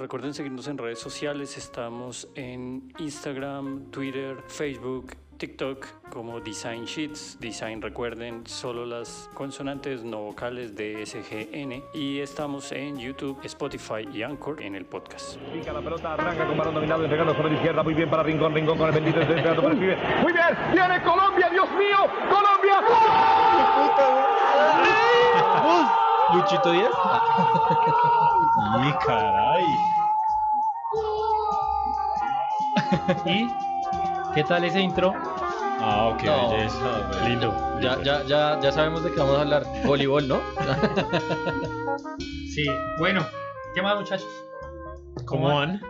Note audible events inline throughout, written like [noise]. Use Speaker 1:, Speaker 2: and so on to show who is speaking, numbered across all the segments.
Speaker 1: Recuerden seguirnos en redes sociales, estamos en Instagram, Twitter, Facebook, TikTok como Design Sheets, Design recuerden solo las consonantes no vocales de SGN y estamos en YouTube, Spotify y Anchor en el podcast.
Speaker 2: Pica la pelota, arranca con balón dominado, entregando sobre la izquierda, muy bien para Rincón, Rincón con el bendito este esperando para el pibe. Muy bien, viene Colombia, Dios mío, Colombia.
Speaker 3: Luchito Díaz.
Speaker 4: ¡Ay, caray!
Speaker 3: ¿Y qué tal ese intro?
Speaker 4: ¡Ah, qué
Speaker 3: No.
Speaker 4: belleza! güey.
Speaker 1: Lindo.
Speaker 3: Ya, ya, ya, ya sabemos de qué vamos a hablar. Voleibol, ¿no?
Speaker 5: Sí, bueno, ¿qué más muchachos?
Speaker 4: ¿Cómo van?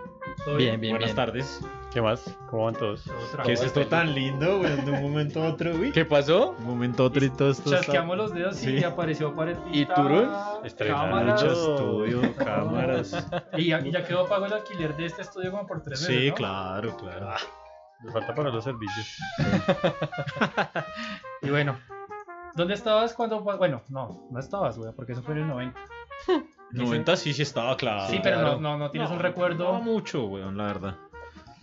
Speaker 5: ¿Todo
Speaker 3: bien, bien,
Speaker 4: Buenas
Speaker 3: bien.
Speaker 4: tardes.
Speaker 1: ¿Qué más? ¿Cómo van todos?
Speaker 5: Otra
Speaker 4: ¿Qué es
Speaker 5: vez.
Speaker 4: esto tan lindo, güey? De un momento a otro, güey.
Speaker 3: ¿Qué pasó?
Speaker 4: Un momento a otro y todo esto.
Speaker 5: Chasqueamos los dedos y apareció pared.
Speaker 3: ¿Y Turul?
Speaker 4: Estrenar
Speaker 5: Cámaras.
Speaker 4: mucho
Speaker 5: [laughs]
Speaker 4: estudio, cámaras.
Speaker 5: Y ya, y ya quedó pago el alquiler de este estudio como por tres meses.
Speaker 4: Sí,
Speaker 5: ¿no?
Speaker 4: claro, claro.
Speaker 1: Ah, Nos falta para los servicios.
Speaker 5: Y bueno, ¿dónde estabas cuando.? pa- Bueno, no, no estabas, güey, porque eso fue en el 90.
Speaker 4: 90 sí, sí estaba claro.
Speaker 5: sí, pero
Speaker 3: claro.
Speaker 5: no, no, no tienes un
Speaker 4: No
Speaker 5: recuerdo
Speaker 4: mucho, güey, la verdad.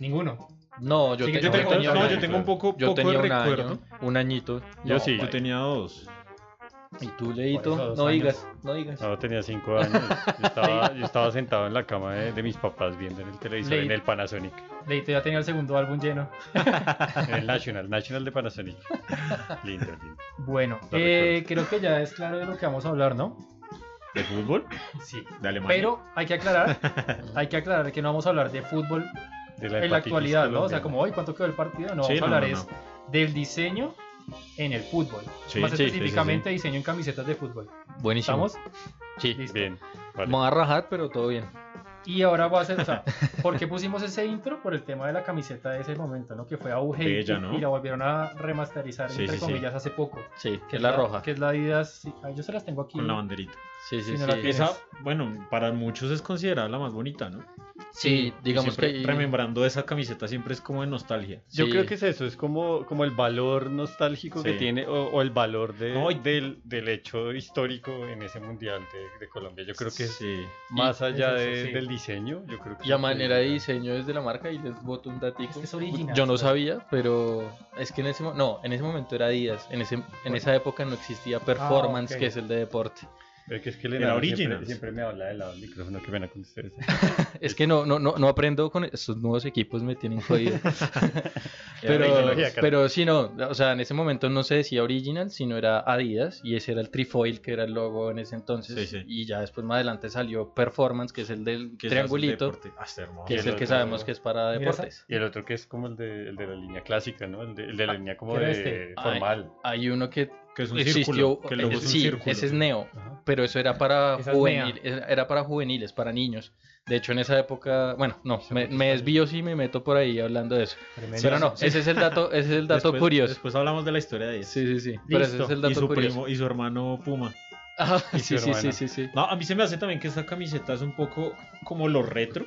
Speaker 5: ninguno.
Speaker 3: No, yo,
Speaker 5: Sí,
Speaker 3: te-
Speaker 5: yo tengo-
Speaker 3: tenía un
Speaker 5: no, yo
Speaker 3: año.
Speaker 4: tengo un poco-
Speaker 3: yo
Speaker 4: poco
Speaker 3: tenía
Speaker 4: de
Speaker 3: un año,
Speaker 4: recuerdo.
Speaker 3: un añito.
Speaker 1: Yo
Speaker 3: No,
Speaker 1: sí.
Speaker 4: Yo tenía dos.
Speaker 3: ¿Y tú,
Speaker 5: Por eso
Speaker 3: Leito?
Speaker 5: dos
Speaker 3: No
Speaker 5: años.
Speaker 3: digas, no digas.
Speaker 4: Ah.
Speaker 1: No, tenía
Speaker 4: [laughs]
Speaker 1: cinco años. Yo estaba, yo estaba sentado en la cama de, de mis papás viendo en el televisor,
Speaker 5: Leí.
Speaker 1: en el Panasonic,
Speaker 5: Leito ya tenía el segundo álbum lleno.
Speaker 1: en el National, National de Panasonic. Lindo, lindo.
Speaker 5: Bueno,
Speaker 1: Lo
Speaker 5: eh, creo que ya es claro de lo que vamos a hablar, ¿no?
Speaker 4: ¿De fútbol?
Speaker 5: Sí.
Speaker 4: De Alemania.
Speaker 5: Pero hay que aclarar, hay que aclarar que no vamos a hablar de fútbol
Speaker 1: De
Speaker 5: en la
Speaker 1: hepatitis
Speaker 5: actualidad, ¿no? O sea,
Speaker 1: colombiana.
Speaker 5: como hoy, ¿cuánto quedó el partido? No,
Speaker 4: Sí,
Speaker 5: vamos a
Speaker 4: no,
Speaker 5: hablar
Speaker 4: no,
Speaker 5: es del diseño en el fútbol.
Speaker 4: Sí,
Speaker 5: Más
Speaker 4: sí, sí,
Speaker 5: específicamente, diseño en camisetas de fútbol.
Speaker 3: Buenísimo.
Speaker 5: ¿Estamos?
Speaker 3: Sí.
Speaker 5: Listo.
Speaker 1: Bien, vale.
Speaker 3: Vamos a rajar, pero todo bien.
Speaker 5: Y ahora va a ser, o sea, ¿por qué pusimos ese intro? Por el tema de la camiseta de ese momento, ¿no? Que fue auge y-
Speaker 4: Bella, ¿no?
Speaker 5: y la volvieron a remasterizar,
Speaker 4: Sí,
Speaker 5: entre
Speaker 4: sí, sí.
Speaker 5: comillas, hace poco.
Speaker 3: Sí, que es la roja.
Speaker 5: Que es la Adidas. sí. Ay, yo se las tengo aquí.
Speaker 4: Con la banderita.
Speaker 3: Sí, sí,
Speaker 5: si no la
Speaker 3: sí.
Speaker 5: tienes.
Speaker 4: Esa, bueno, para muchos es considerada la más bonita, ¿no?
Speaker 3: Sí, digamos
Speaker 4: Siempre
Speaker 3: que...
Speaker 4: Remembrando esa camiseta siempre es como de nostalgia.
Speaker 1: Yo
Speaker 3: Sí.
Speaker 1: creo que es eso, es como, como el valor nostálgico que
Speaker 4: Sí.
Speaker 1: tiene o, o el valor de,
Speaker 4: No, y-
Speaker 1: del, del hecho histórico en ese mundial de, de Colombia. Yo creo que es
Speaker 4: sí.
Speaker 1: más allá
Speaker 5: es eso,
Speaker 1: de-
Speaker 5: sí.
Speaker 1: del diseño, yo creo que
Speaker 3: Y a
Speaker 1: sí.
Speaker 3: manera de diseño desde la marca y les boto un
Speaker 5: Es
Speaker 3: datico.
Speaker 5: que es original.
Speaker 3: Yo no sabía, pero es que en ese, mo- no, en ese momento era Adidas. En, ese, en esa época no existía Performance,
Speaker 5: Ah, ok.
Speaker 3: que es el de
Speaker 5: [laughs]
Speaker 3: deporte.
Speaker 1: Pero que es que el
Speaker 4: Era
Speaker 1: enano
Speaker 4: original.
Speaker 1: siempre, siempre me habla del lado del micrófono, que pena con ustedes.
Speaker 3: Es que no, no, no, no aprendo con estos nuevos equipos, me tienen [laughs]
Speaker 5: [laughs]
Speaker 3: jodido. pero,
Speaker 1: Original.
Speaker 3: pero sí, no, o sea, en ese momento no se decía Original, sino era Adidas y ese era el Trifoil, que era el logo en ese entonces.
Speaker 4: Sí, sí.
Speaker 3: Y ya después más adelante salió Performance, que es el del
Speaker 4: Que se hace
Speaker 3: triangulito,
Speaker 4: deporte. Ah, está hermoso.
Speaker 3: que es
Speaker 1: Y el
Speaker 3: el que
Speaker 1: otro-
Speaker 3: sabemos que es para
Speaker 5: Mira esa-
Speaker 3: deportes.
Speaker 1: [laughs] Y el otro que es como el de, el de la línea clásica, ¿no? El de, el de la línea como
Speaker 5: ¿qué era
Speaker 1: de
Speaker 5: este?
Speaker 1: formal.
Speaker 3: Hay uno que
Speaker 4: Que es un
Speaker 3: existió,
Speaker 4: círculo. Que luego
Speaker 3: eh,
Speaker 4: es un
Speaker 3: sí,
Speaker 4: círculo.
Speaker 3: ese es Neo,
Speaker 5: Ajá.
Speaker 3: pero eso era para
Speaker 5: Esa es
Speaker 3: juvenil, era era para juveniles, para niños. De hecho, en esa época, bueno, no, me, me desvío si me meto por ahí hablando de eso.
Speaker 5: Tremendo.
Speaker 3: Pero no, ese es el dato, ese es el dato
Speaker 4: Después-
Speaker 3: curioso.
Speaker 4: Después hablamos de la historia de ese.
Speaker 3: Sí, sí, sí. Pero ese
Speaker 5: Listo.
Speaker 3: es el
Speaker 4: y
Speaker 3: dato
Speaker 4: su
Speaker 3: curioso.
Speaker 4: primo y su hermano Puma.
Speaker 3: Ah,
Speaker 1: y
Speaker 3: sí,
Speaker 1: su
Speaker 3: sí, sí,
Speaker 1: hermana.
Speaker 3: sí, sí.
Speaker 4: No, a mí se me hace también que esta camiseta es un poco como lo retro,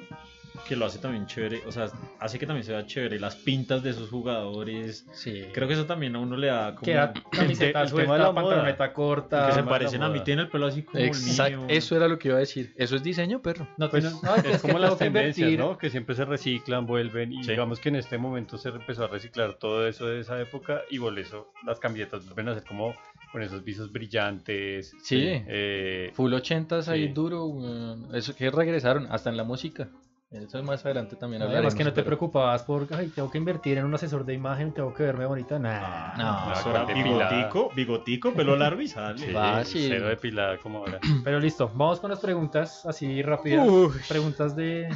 Speaker 4: que lo hace también chévere, o sea, hace que también se vea chévere las pintas de sus jugadores.
Speaker 3: Sí.
Speaker 4: Creo que eso también a uno le da como
Speaker 5: Que era camiseta
Speaker 4: el
Speaker 5: suelta,
Speaker 4: tema de la moda.
Speaker 5: pantaloneta corta.
Speaker 4: que se
Speaker 1: la
Speaker 4: parecen a mí,
Speaker 1: moda.
Speaker 4: tiene el pelo así como el
Speaker 3: Exacto.
Speaker 4: mío.
Speaker 3: Eso era lo que iba a decir. Eso es diseño, perro.
Speaker 5: No,
Speaker 1: Pues,
Speaker 5: no, es, que
Speaker 1: es como las
Speaker 5: tengo que
Speaker 1: tendencias,
Speaker 5: invertir.
Speaker 1: ¿no? Que siempre se reciclan, vuelven. Y
Speaker 4: Sí.
Speaker 1: digamos que en este momento se empezó a reciclar todo eso de esa época y por eso las camisetas vuelven a ser como con esos visos brillantes.
Speaker 3: Sí.
Speaker 1: eh,
Speaker 3: Full 80 ahí
Speaker 1: Sí.
Speaker 3: duro. weón. Eso que regresaron, hasta en la música. Eso más adelante también hablaremos.
Speaker 5: Además que no te
Speaker 3: pero-
Speaker 5: preocupabas por, ay, tengo que invertir en un asesor de imagen, tengo que verme bonita. Nah.
Speaker 4: Ah,
Speaker 3: No,
Speaker 4: eso era
Speaker 1: con
Speaker 4: bigotico, bigotico, pelo largo y sale.
Speaker 1: sí,
Speaker 3: Fácil.
Speaker 1: cero depilada como ahora.
Speaker 5: Pero listo, vamos con las preguntas así rápidas.
Speaker 3: Uy.
Speaker 5: Preguntas de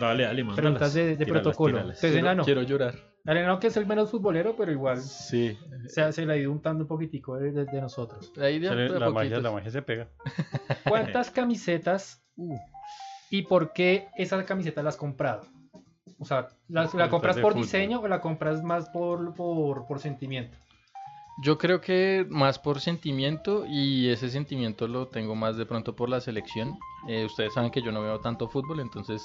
Speaker 4: Dale, dale, mándalas.
Speaker 5: preguntas de, de
Speaker 4: Tíralas,
Speaker 5: protocolo.
Speaker 4: tíralas.
Speaker 5: Entonces, enano,
Speaker 3: Quiero llorar.
Speaker 5: el enano que es el menos futbolero, pero igual
Speaker 3: Sí.
Speaker 5: se, se le ha ido untando un poquitico de, de-
Speaker 3: [laughs]
Speaker 5: de nosotros.
Speaker 3: Ahí de, de a
Speaker 1: la, magia,
Speaker 3: poquitos.
Speaker 1: la magia se pega.
Speaker 5: ¿Cuántas camisetas
Speaker 3: Uh.
Speaker 5: y por qué esas camisetas las has comprado? O sea, ¿la, la
Speaker 1: Camisetas
Speaker 5: compras
Speaker 1: de
Speaker 5: por
Speaker 1: fútbol.
Speaker 5: diseño o la compras más por, por, por sentimiento?
Speaker 3: Yo creo que más por sentimiento y ese sentimiento lo tengo más de pronto por la selección. Eh, ustedes saben que yo no veo tanto fútbol, entonces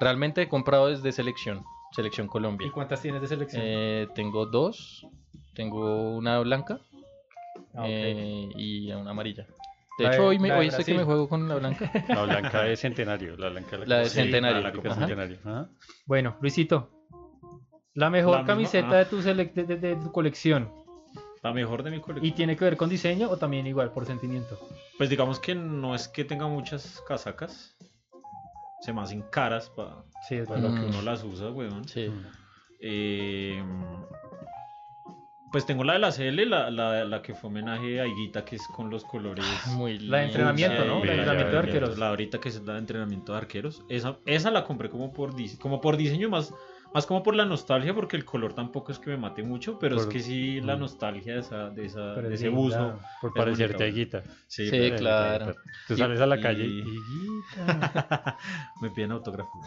Speaker 3: realmente he comprado desde selección, selección
Speaker 5: ¿Y
Speaker 3: Colombia.
Speaker 5: cuántas tienes de selección?
Speaker 3: Eh, tengo dos, tengo una blanca
Speaker 5: Ah, ok.
Speaker 3: eh, y una amarilla. De
Speaker 5: La
Speaker 3: hecho,
Speaker 5: de-
Speaker 3: hoy, me,
Speaker 5: la de
Speaker 3: hoy sé que
Speaker 5: Brasil.
Speaker 3: me juego con la
Speaker 5: [laughs]
Speaker 3: blanca.
Speaker 6: La blanca de centenario. La blanca
Speaker 3: La de
Speaker 6: sí,
Speaker 3: Centenario.
Speaker 6: La Copa
Speaker 3: Ajá.
Speaker 6: Centenario. ajá.
Speaker 5: Bueno, Luisito. La mejor
Speaker 4: La misma-
Speaker 5: camiseta
Speaker 4: ah.
Speaker 5: de, tu selec- de- de- de tu colección.
Speaker 4: La mejor de mi
Speaker 5: ¿Y
Speaker 4: colección.
Speaker 5: tiene que ver con diseño o también igual por sentimiento?
Speaker 4: Pues digamos que no es que tenga muchas casacas. Se me hacen caras para
Speaker 5: Sí, es
Speaker 4: lo
Speaker 5: verdad.
Speaker 4: que
Speaker 3: Mm.
Speaker 4: uno las usa, weón.
Speaker 3: Sí.
Speaker 4: Eh, pues tengo la de la CL, la, la, la que fue homenaje a Higuita, que es con los colores.
Speaker 3: Muy
Speaker 5: La de
Speaker 3: linda.
Speaker 5: Ah, entrenamiento, ¿no?
Speaker 4: Sí,
Speaker 5: La de
Speaker 6: ya,
Speaker 5: entrenamiento de
Speaker 6: ya,
Speaker 5: arqueros.
Speaker 4: La ahorita que es la de entrenamiento de arqueros. Esa, esa la compré como por, dise- como por diseño, más, más como por la nostalgia, porque el color tampoco es que me mate mucho, pero es
Speaker 6: Por-
Speaker 4: que sí la
Speaker 6: Mm.
Speaker 4: nostalgia de, esa, de, esa,
Speaker 5: Pero
Speaker 4: de
Speaker 5: es
Speaker 4: ese
Speaker 5: linda.
Speaker 4: buzo.
Speaker 6: Por
Speaker 4: Es
Speaker 6: parecerte
Speaker 4: bonita,
Speaker 6: a Higuita.
Speaker 4: Sí,
Speaker 3: Sí, claro.
Speaker 6: Tú sales a la
Speaker 4: Y-
Speaker 6: calle
Speaker 4: y-
Speaker 6: y...
Speaker 4: [laughs] me piden autógrafo.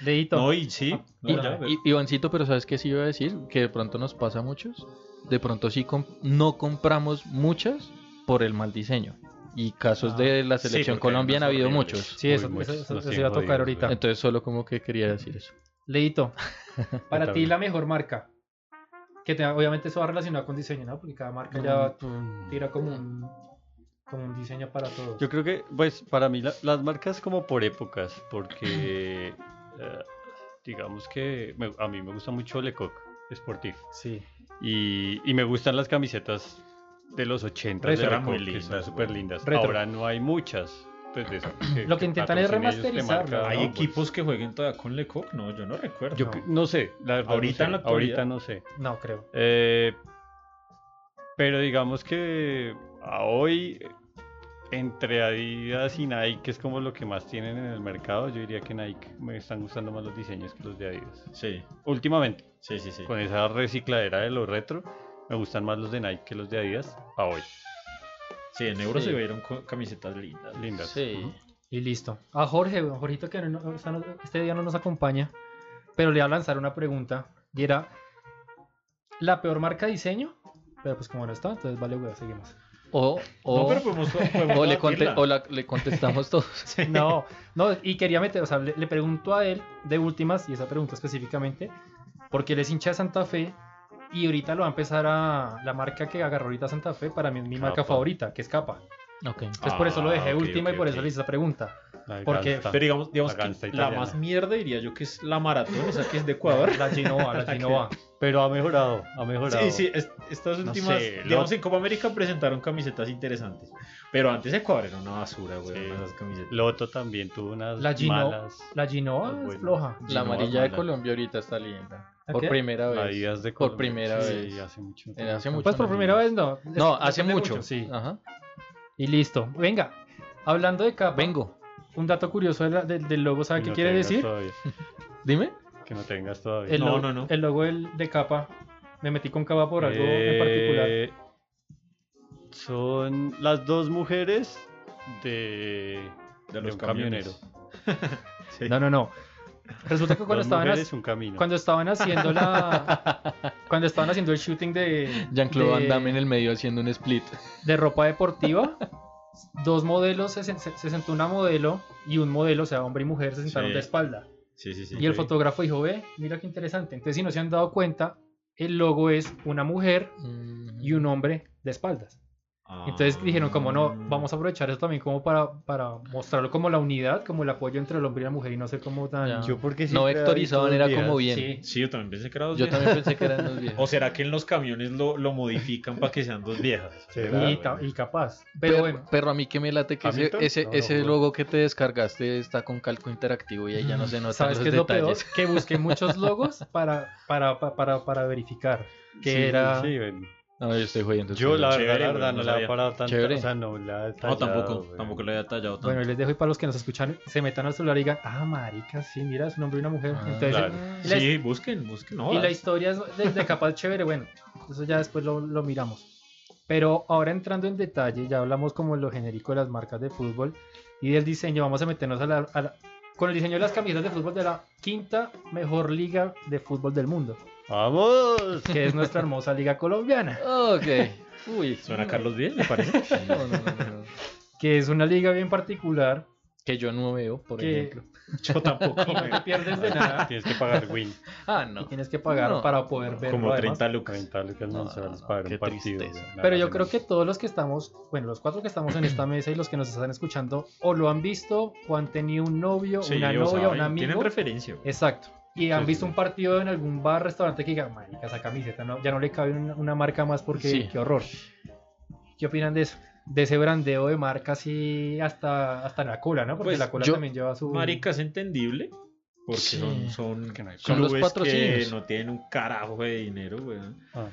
Speaker 5: Deito.
Speaker 4: No, y sí.
Speaker 5: Ah,
Speaker 4: no,
Speaker 3: Y-
Speaker 4: ya, pero-
Speaker 3: y- Ivancito, pero ¿sabes qué sí iba a decir? Que de pronto nos pasa a muchos. De pronto sí comp- no compramos muchas por el mal diseño. Y casos
Speaker 5: Ah,
Speaker 3: de la
Speaker 4: sí,
Speaker 3: selección
Speaker 4: porque hay
Speaker 3: colombiana ha
Speaker 4: unas
Speaker 3: habido
Speaker 4: horribles.
Speaker 3: muchos.
Speaker 5: Sí, eso,
Speaker 6: Uy,
Speaker 5: eso,
Speaker 6: muchos,
Speaker 5: eso-
Speaker 6: los
Speaker 5: eso
Speaker 6: tienen
Speaker 5: iba a tocar
Speaker 6: jodidos,
Speaker 5: ahorita.
Speaker 6: weón.
Speaker 3: Entonces solo como que quería decir eso.
Speaker 5: Leito, para ti
Speaker 6: Cuéntame.
Speaker 5: la mejor marca. Que te- obviamente eso va relacionado con diseño, ¿no? Porque cada marca ya
Speaker 6: Mm.
Speaker 5: tira como un, como un diseño para todos.
Speaker 6: Yo creo que, pues, para mí la- las marcas como por épocas, porque [clears throat] eh, digamos que me- a mí me gusta mucho Lecoq Sportif
Speaker 5: Sí.
Speaker 6: y, y me gustan las camisetas de los 80
Speaker 5: Retro.
Speaker 6: de
Speaker 4: Eran
Speaker 6: Lecoq,
Speaker 4: muy
Speaker 6: que son
Speaker 4: lindas,
Speaker 6: súper
Speaker 4: güey.
Speaker 6: lindas.
Speaker 5: Retro.
Speaker 6: Ahora no hay muchas. Pues, de esas que-
Speaker 5: Lo que intentan es
Speaker 6: patrocina ellos de
Speaker 5: remasterizarlo,
Speaker 6: marca,
Speaker 5: ¿no?
Speaker 4: Hay
Speaker 6: Pues,
Speaker 4: equipos que jueguen todavía con Lecoq, no, yo no recuerdo.
Speaker 6: Yo
Speaker 5: No.
Speaker 6: cre- no sé, la verdad. no
Speaker 4: Ahorita
Speaker 6: sé,
Speaker 4: en la actualidad.
Speaker 6: ahorita no sé.
Speaker 5: No, creo.
Speaker 6: Eh, pero digamos que a hoy, entre Adidas y Nike, que es como lo que más tienen en el mercado, yo diría que Nike me están gustando más los diseños que los de Adidas.
Speaker 4: Sí,
Speaker 6: Últimamente,
Speaker 4: sí, sí, sí.
Speaker 6: con esa recicladera de los retro, me gustan más los de Nike que los de Adidas a hoy.
Speaker 4: Sí, en euros
Speaker 3: Sí.
Speaker 4: se vieron co- camisetas lindas.
Speaker 6: Lindas. Ujú.
Speaker 5: Y listo. A Jorge, weón, Jorgito que no- no- esta no- este día no nos acompaña, pero le iba a lanzar una pregunta. Y era, ¿la peor marca de diseño? Pero pues como no está, entonces vale,
Speaker 4: [laughs]
Speaker 5: weón, seguimos.
Speaker 3: O, o,
Speaker 4: No, pero pues, podemos, podemos
Speaker 3: Oh. [laughs] o le, conte-
Speaker 4: debatirla.
Speaker 3: o la- le
Speaker 4: [laughs]
Speaker 3: contestamos todos.
Speaker 5: No, no, y quería meter, o sea, le, le pregunto a él de últimas, y esa pregunta específicamente, porque él es hincha de Santa Fe y ahorita lo va a empezar a. La marca que agarró ahorita Santa Fe, para mí es mi marca
Speaker 6: Capa.
Speaker 5: favorita, que es Capa.
Speaker 3: Ok.
Speaker 5: Entonces por eso lo
Speaker 4: Ah,
Speaker 5: dejé
Speaker 4: ok,
Speaker 5: última
Speaker 4: ok,
Speaker 5: y por eso
Speaker 4: ok.
Speaker 5: le hice esa pregunta.
Speaker 6: La de
Speaker 5: Porque-
Speaker 6: Gansta.
Speaker 4: Pero digamos, digamos
Speaker 6: La ganza
Speaker 4: que la
Speaker 6: italiana.
Speaker 4: más mierda diría yo que es la maratón, esa que es de Ecuador.
Speaker 5: [laughs] La Ginoa,
Speaker 4: [laughs] Ah,
Speaker 5: la Ginoa.
Speaker 6: Pero ha mejorado, ha mejorado.
Speaker 4: Sí, sí, es- estas
Speaker 6: No
Speaker 4: últimas,
Speaker 6: sé,
Speaker 4: digamos
Speaker 6: lo-
Speaker 4: en Copa América presentaron camisetas interesantes, pero antes Ecuador era una basura, güey,
Speaker 6: Sí.
Speaker 4: esas camisetas.
Speaker 6: Loto también tuvo unas
Speaker 5: La Gino-
Speaker 6: malas.
Speaker 5: La Ginoa
Speaker 6: Ah,
Speaker 5: es
Speaker 6: bueno.
Speaker 5: floja.
Speaker 3: La
Speaker 4: Ginoa
Speaker 3: amarilla de
Speaker 4: mala.
Speaker 3: Colombia ahorita está linda.
Speaker 5: ¿La
Speaker 3: Por
Speaker 5: qué?
Speaker 3: primera
Speaker 6: La
Speaker 3: vez.
Speaker 6: Adidas de
Speaker 3: Por
Speaker 6: Colombia.
Speaker 3: primera
Speaker 6: Sí,
Speaker 3: vez.
Speaker 6: hace mucho.
Speaker 3: Eh, hace mucho.
Speaker 5: Pues por primera vez no.
Speaker 3: No,
Speaker 5: Es-
Speaker 3: hace
Speaker 5: depende
Speaker 3: mucho. Ah.
Speaker 6: Sí.
Speaker 3: Ajá.
Speaker 5: Y listo. Venga, hablando de Capa,
Speaker 3: Vengo.
Speaker 5: un dato curioso de la- del, del logo, ¿sabe
Speaker 6: Que
Speaker 5: qué
Speaker 6: no
Speaker 5: quiere
Speaker 6: tengas
Speaker 5: decir?
Speaker 6: todavía,
Speaker 3: Dime.
Speaker 6: que no tengas todavía.
Speaker 5: El,
Speaker 4: No,
Speaker 5: logo,
Speaker 4: no, no.
Speaker 5: el logo del- de Capa. Me metí con Capa por algo en
Speaker 6: Eh,
Speaker 5: particular.
Speaker 6: Son las dos mujeres de,
Speaker 4: De los
Speaker 6: un
Speaker 4: camiones. [laughs] Sí.
Speaker 5: No, no, no. Resulta que cuando
Speaker 6: dos
Speaker 5: estaban,
Speaker 6: mujeres,
Speaker 5: hac-
Speaker 6: un camino.
Speaker 5: cuando estaban haciendo la.
Speaker 3: [laughs]
Speaker 5: cuando estaban haciendo el shooting de.
Speaker 3: Jean-Claude
Speaker 5: de-
Speaker 3: Van Damme en el medio haciendo un split.
Speaker 5: de ropa deportiva. Dos modelos, se, sen- se sentó una modelo y un modelo, o sea, hombre y mujer, se sentaron
Speaker 4: Sí.
Speaker 5: de espalda.
Speaker 4: Sí, sí, sí.
Speaker 5: Y el
Speaker 6: Ok.
Speaker 5: fotógrafo dijo, ve, mira qué interesante. Entonces, si no se han dado cuenta, el logo es una mujer y un hombre de espaldas.
Speaker 4: Ah.
Speaker 5: Entonces dijeron, como no, vamos a aprovechar eso también como para, para mostrarlo como la unidad, como el apoyo entre el hombre y la mujer y no ser como tan...
Speaker 3: Ya.
Speaker 6: Yo porque
Speaker 3: No
Speaker 6: siempre
Speaker 3: vectorizaban,
Speaker 6: habito
Speaker 3: era
Speaker 6: días.
Speaker 3: como bien.
Speaker 5: Sí.
Speaker 4: Sí, yo también pensé que era dos
Speaker 3: Yo
Speaker 4: viejas.
Speaker 3: también pensé que eran los viejos.
Speaker 4: ¿O será que en los camiones lo, lo modifican para que sean dos viejas?
Speaker 6: Será,
Speaker 5: y,
Speaker 6: güey.
Speaker 5: ta- y capaz. Pero,
Speaker 3: Pero,
Speaker 5: bueno,
Speaker 3: pero a mí que me late que
Speaker 6: ¿A
Speaker 3: ese,
Speaker 6: Milton?
Speaker 3: ese,
Speaker 6: No,
Speaker 3: ese
Speaker 6: no, no.
Speaker 3: logo que te descargaste está con calco interactivo y ahí ya no se notan
Speaker 5: ¿sabes
Speaker 3: los
Speaker 5: qué es lo peor?
Speaker 3: detalles.
Speaker 5: Que
Speaker 3: [laughs]
Speaker 5: busqué muchos logos para, para, para, para, para verificar que
Speaker 6: Sí,
Speaker 5: era...
Speaker 6: sí, ven.
Speaker 3: No, yo estoy jodiendo.
Speaker 6: Yo la
Speaker 4: Chévere, güey,
Speaker 6: verdad, la verdad,
Speaker 4: no
Speaker 6: no la he
Speaker 4: sabía.
Speaker 6: parado tanto.
Speaker 3: Chévere.
Speaker 6: O sea, no la he
Speaker 4: No, tampoco,
Speaker 6: tallado, güey.
Speaker 4: tampoco lo había tallado tanto.
Speaker 5: Bueno, les dejo y para los que nos escuchan, se metan al celular y digan, ah, marica, sí, mira, es un hombre y una mujer.
Speaker 3: Ah,
Speaker 5: Entonces,
Speaker 6: claro.
Speaker 5: y la-
Speaker 4: Sí, busquen, busquen. No,
Speaker 5: Y la historia es de, de capaz chévere, bueno, eso ya después lo, lo miramos. Pero ahora entrando en detalle, ya hablamos como lo genérico de las marcas de fútbol y del diseño, vamos a meternos a la, a la- con el diseño de las camisetas de fútbol de la quinta mejor liga de fútbol del mundo,
Speaker 3: [laughs]
Speaker 6: ¡Vamos!
Speaker 5: que es nuestra hermosa liga colombiana, eh,
Speaker 3: Ok. Uy.
Speaker 4: Suena Carlos bien, me parece.
Speaker 3: No, no, no, no, no.
Speaker 5: que es una liga bien particular,
Speaker 3: que yo no veo, por
Speaker 5: Que-
Speaker 3: ejemplo.
Speaker 4: Yo tampoco.
Speaker 5: No te pierdes de nada.
Speaker 6: Tienes que pagar Win.
Speaker 3: Ah, [laughs]
Speaker 5: Y
Speaker 3: no.
Speaker 5: tienes que pagar
Speaker 3: No.
Speaker 5: para poder verlo.
Speaker 4: Como
Speaker 5: además.
Speaker 4: 30 lucas.
Speaker 6: 30 lucas
Speaker 3: No,
Speaker 6: mensuales
Speaker 3: no,
Speaker 6: para ver
Speaker 3: qué
Speaker 6: un partido.
Speaker 3: tristeza.
Speaker 6: güey. La
Speaker 5: Pero yo
Speaker 6: verdad,
Speaker 5: creo que todos los que estamos, bueno, los cuatro que estamos en
Speaker 4: [clears throat]
Speaker 5: esta mesa y los que nos están escuchando, o lo han visto, o han tenido un novio,
Speaker 4: Sí,
Speaker 5: una
Speaker 4: o sea,
Speaker 5: novia, un
Speaker 4: Tienen
Speaker 5: amigo.
Speaker 4: referencia.
Speaker 5: Exacto. Y han
Speaker 4: Sí,
Speaker 5: visto
Speaker 4: sí.
Speaker 5: un partido en algún bar, restaurante que diga, marica, esa camiseta no, ya no le cabe una, una marca más porque
Speaker 3: Sí.
Speaker 5: qué horror. ¿Qué opinan de eso? De ese brandeo de marcas y hasta, hasta la cola, ¿no? Porque
Speaker 4: Pues,
Speaker 5: la cola
Speaker 3: yo-
Speaker 5: también lleva su...
Speaker 4: Marica, es entendible. Porque
Speaker 3: Sí.
Speaker 4: son, son,
Speaker 6: Que no hay-
Speaker 3: Son los
Speaker 4: clubes que
Speaker 3: patrocinios.
Speaker 4: no tienen un carajo de dinero, güey.
Speaker 6: Ah.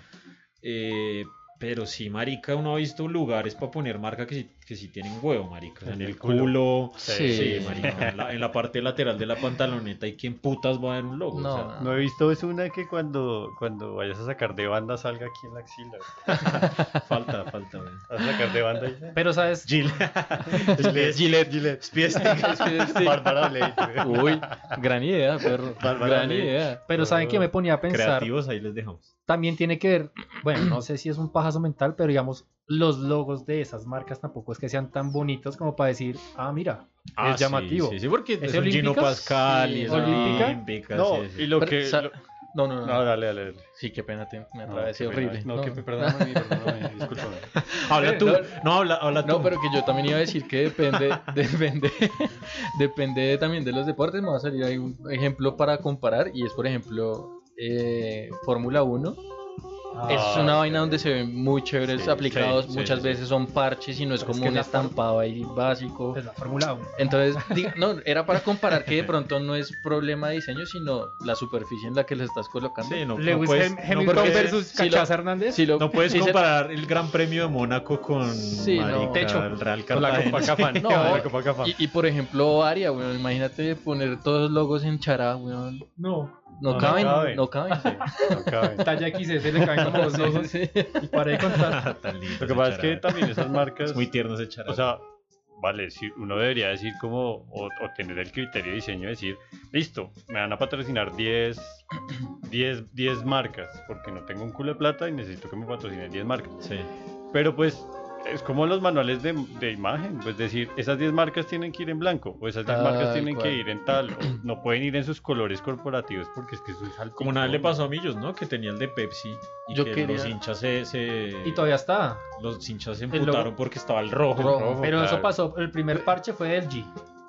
Speaker 4: Eh, pero sí, marica, uno ha visto lugares para poner marca que sí, que sí tienen huevo, marica. O sea, En el culo.
Speaker 3: Sí.
Speaker 4: Sí, marica. En la, en la parte lateral de la pantaloneta. ¿Y quién putas va a ver un logo? O
Speaker 3: No,
Speaker 4: sea,
Speaker 6: No he visto es una que cuando, cuando vayas a sacar de banda salga aquí en la axila. güey.
Speaker 4: falta, falta, güey.
Speaker 6: Vas a sacar de
Speaker 3: [laughs]
Speaker 6: banda y...
Speaker 5: Pero, ¿sabes?
Speaker 6: Gillette. Gillette. Gillette.
Speaker 3: [laughs]
Speaker 6: Bárbara Blade, güey.
Speaker 3: Uy, gran idea, perro.
Speaker 6: Bárbara
Speaker 3: gran
Speaker 6: Ley.
Speaker 3: idea.
Speaker 5: Pero ¿saben que me ponía a pensar?
Speaker 4: Creativos, ahí les dejamos.
Speaker 5: También tiene que ver, bueno, no sé si es un pajazo mental, pero digamos, los logos de esas marcas tampoco es que sean tan bonitos como para decir, ah, mira, es
Speaker 4: sí,
Speaker 5: llamativo.
Speaker 4: Sí, sí, porque
Speaker 5: ¿Es
Speaker 4: es un Gino
Speaker 5: olímpicas?
Speaker 4: Pascal y
Speaker 3: Sí,
Speaker 4: es
Speaker 5: ¿olímpica?
Speaker 4: olímpica.
Speaker 6: No,
Speaker 4: sí, sí.
Speaker 6: y lo
Speaker 3: Pero,
Speaker 6: que...
Speaker 3: sa-
Speaker 6: lo-
Speaker 3: No, no, no.
Speaker 6: No, dale, dale. dale.
Speaker 3: Sí, qué pena, te- me
Speaker 6: No,
Speaker 3: atravesé
Speaker 6: qué pena.
Speaker 3: Ah, horrible.
Speaker 6: No, que perdóname,
Speaker 3: [laughs]
Speaker 6: perdóname, discúlpame.
Speaker 4: Habla tú.
Speaker 3: no.
Speaker 4: No, habla, habla tú.
Speaker 3: No, pero que yo también iba a decir que depende, [laughs] depende, depende también de los deportes. Me va a salir ahí un ejemplo para comparar y es, por ejemplo, eh, Fórmula 1. es una vaina donde se ven muy chéveres
Speaker 6: Ah, Sí,
Speaker 3: aplicados.
Speaker 6: sí, sí,
Speaker 3: Muchas
Speaker 6: sí.
Speaker 3: veces son parches y no es
Speaker 5: Pero es
Speaker 3: como
Speaker 5: que
Speaker 3: un
Speaker 5: la for-
Speaker 3: estampado ahí básico.
Speaker 5: es la Fórmula 1.
Speaker 3: Entonces, diga- no, era para comparar que de pronto no es problema de diseño, sino la superficie en la que lo estás colocando.
Speaker 4: Sí, no, no
Speaker 5: Lewis
Speaker 4: puedes-
Speaker 5: Hem-
Speaker 4: no
Speaker 5: Hamilton
Speaker 4: puedes-
Speaker 5: versus
Speaker 3: pues, si lo-
Speaker 5: Cachaza Hernández.
Speaker 3: Si lo-
Speaker 4: No puedes
Speaker 3: si se-
Speaker 4: comparar el Gran Premio de Mónaco con
Speaker 3: Sí, no.
Speaker 4: marica,
Speaker 5: Techo.
Speaker 4: el Real
Speaker 6: Con la
Speaker 4: Cartagena.
Speaker 6: Copa Cafán.
Speaker 3: No.
Speaker 6: [laughs] la Copa Cafán.
Speaker 3: y, y, por ejemplo, Aria, weón, imagínate poner todos los logos en chará, weón.
Speaker 5: No,
Speaker 3: No,
Speaker 6: No, no
Speaker 3: caben,
Speaker 6: caben.
Speaker 3: no
Speaker 4: [laughs]
Speaker 3: caben.
Speaker 6: No cabe.
Speaker 3: [laughs]
Speaker 5: talla XS, le caen como los logos.
Speaker 3: Sí,
Speaker 5: Y para de contar.
Speaker 4: [laughs] Tan lindo
Speaker 6: Lo que
Speaker 4: ese
Speaker 6: pasa es que
Speaker 4: charado.
Speaker 6: también esas marcas...
Speaker 4: es muy tierno ese charado.
Speaker 6: O sea, vale, si uno debería decir como, o, o tener el criterio de diseño, de decir, listo, me van a patrocinar 10, 10, 10 marcas, porque no tengo un culo de plata y necesito que me patrocinen 10 marcas.
Speaker 4: sí.
Speaker 6: Pero pues, es como los manuales de, de imagen, pues decir, esas 10 marcas tienen que ir en blanco, o esas 10 marcas
Speaker 3: Tal
Speaker 6: tienen
Speaker 3: cual.
Speaker 6: que ir en tal, o no pueden ir en sus colores corporativos, porque es que es un salto.
Speaker 4: Como una vez le pasó a Millos, ¿no? Que tenía el de Pepsi y
Speaker 3: Yo
Speaker 4: que
Speaker 3: quería-
Speaker 4: los hinchas se, se-
Speaker 5: Y todavía está.
Speaker 4: los hinchas se
Speaker 5: logo.
Speaker 4: emputaron porque estaba el rojo.
Speaker 3: Rojo.
Speaker 5: Pero eso pasó. El primer parche fue del G.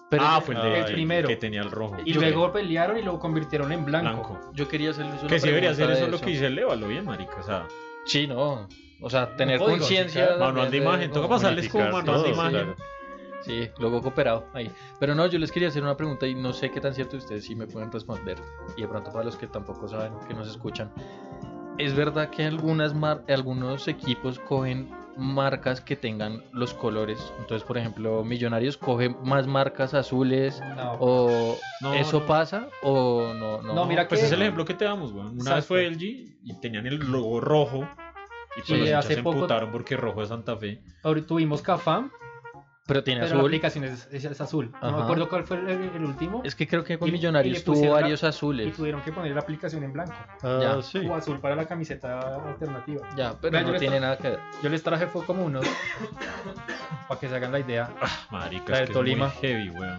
Speaker 3: Pero
Speaker 4: ah, fue el, de-
Speaker 6: el
Speaker 4: el
Speaker 5: primero.
Speaker 4: que tenía el rojo.
Speaker 5: Y
Speaker 3: Yo-
Speaker 5: luego pelearon y lo convirtieron en blanco.
Speaker 4: blanco.
Speaker 3: yo quería hacerles una
Speaker 4: Que sí debería
Speaker 3: pregunta
Speaker 4: hacer
Speaker 3: de
Speaker 4: eso, lo que dice Leo, a lo bien, marica. O sea,
Speaker 3: Sí, no. O sea, tener
Speaker 5: código, sí,
Speaker 3: conciencia.
Speaker 5: claro.
Speaker 4: manual de
Speaker 3: también
Speaker 4: imagen. Toca
Speaker 3: como-
Speaker 4: pasarles como
Speaker 6: unificar
Speaker 4: manual de
Speaker 6: todo,
Speaker 4: imagen. [laughs]
Speaker 3: Sí, luego cooperado ahí. Pero no, yo les quería hacer una pregunta y no sé qué tan cierto ustedes sí me pueden responder. Y de pronto para los que tampoco saben, que nos escuchan. ¿Es verdad que algunas mar- algunos equipos cogen marcas que tengan los colores? Entonces, por ejemplo, Millonarios coge más marcas azules
Speaker 5: No.
Speaker 3: o
Speaker 4: No,
Speaker 3: eso
Speaker 4: no.
Speaker 3: pasa o no, no.
Speaker 5: No, mira
Speaker 4: Pues
Speaker 5: que
Speaker 4: es el ejemplo que te damos, weón. Una vez
Speaker 5: Exacto.
Speaker 4: fue LG y tenían el logo rojo. Y pues
Speaker 5: Sí,
Speaker 4: los hinchas
Speaker 5: hace
Speaker 4: se
Speaker 5: poco-
Speaker 4: emputaron porque rojo es Santa Fe.
Speaker 5: ahorita tuvimos Cafam,
Speaker 3: pero tiene
Speaker 5: pero la
Speaker 3: azul.
Speaker 5: aplicación es, es- es azul. No
Speaker 3: Ajá.
Speaker 5: me acuerdo cuál fue el, el último.
Speaker 3: Es que creo que con
Speaker 5: Y- y le
Speaker 3: Millonarios tuvo
Speaker 5: pusieron la-
Speaker 3: varios
Speaker 5: Y
Speaker 3: azules.
Speaker 5: tuvieron que poner la aplicación en blanco.
Speaker 6: Ah,
Speaker 3: Ya.
Speaker 6: sí.
Speaker 5: O azul para la camiseta alternativa.
Speaker 3: Ya, pero
Speaker 5: Vea, yo
Speaker 3: no
Speaker 5: le
Speaker 3: tiene nada que ver.
Speaker 5: Yo les traje fue como unos. para que se hagan la idea.
Speaker 4: Marica,
Speaker 5: La
Speaker 4: es
Speaker 5: del
Speaker 4: que
Speaker 5: Tolima.
Speaker 4: es muy heavy, weón.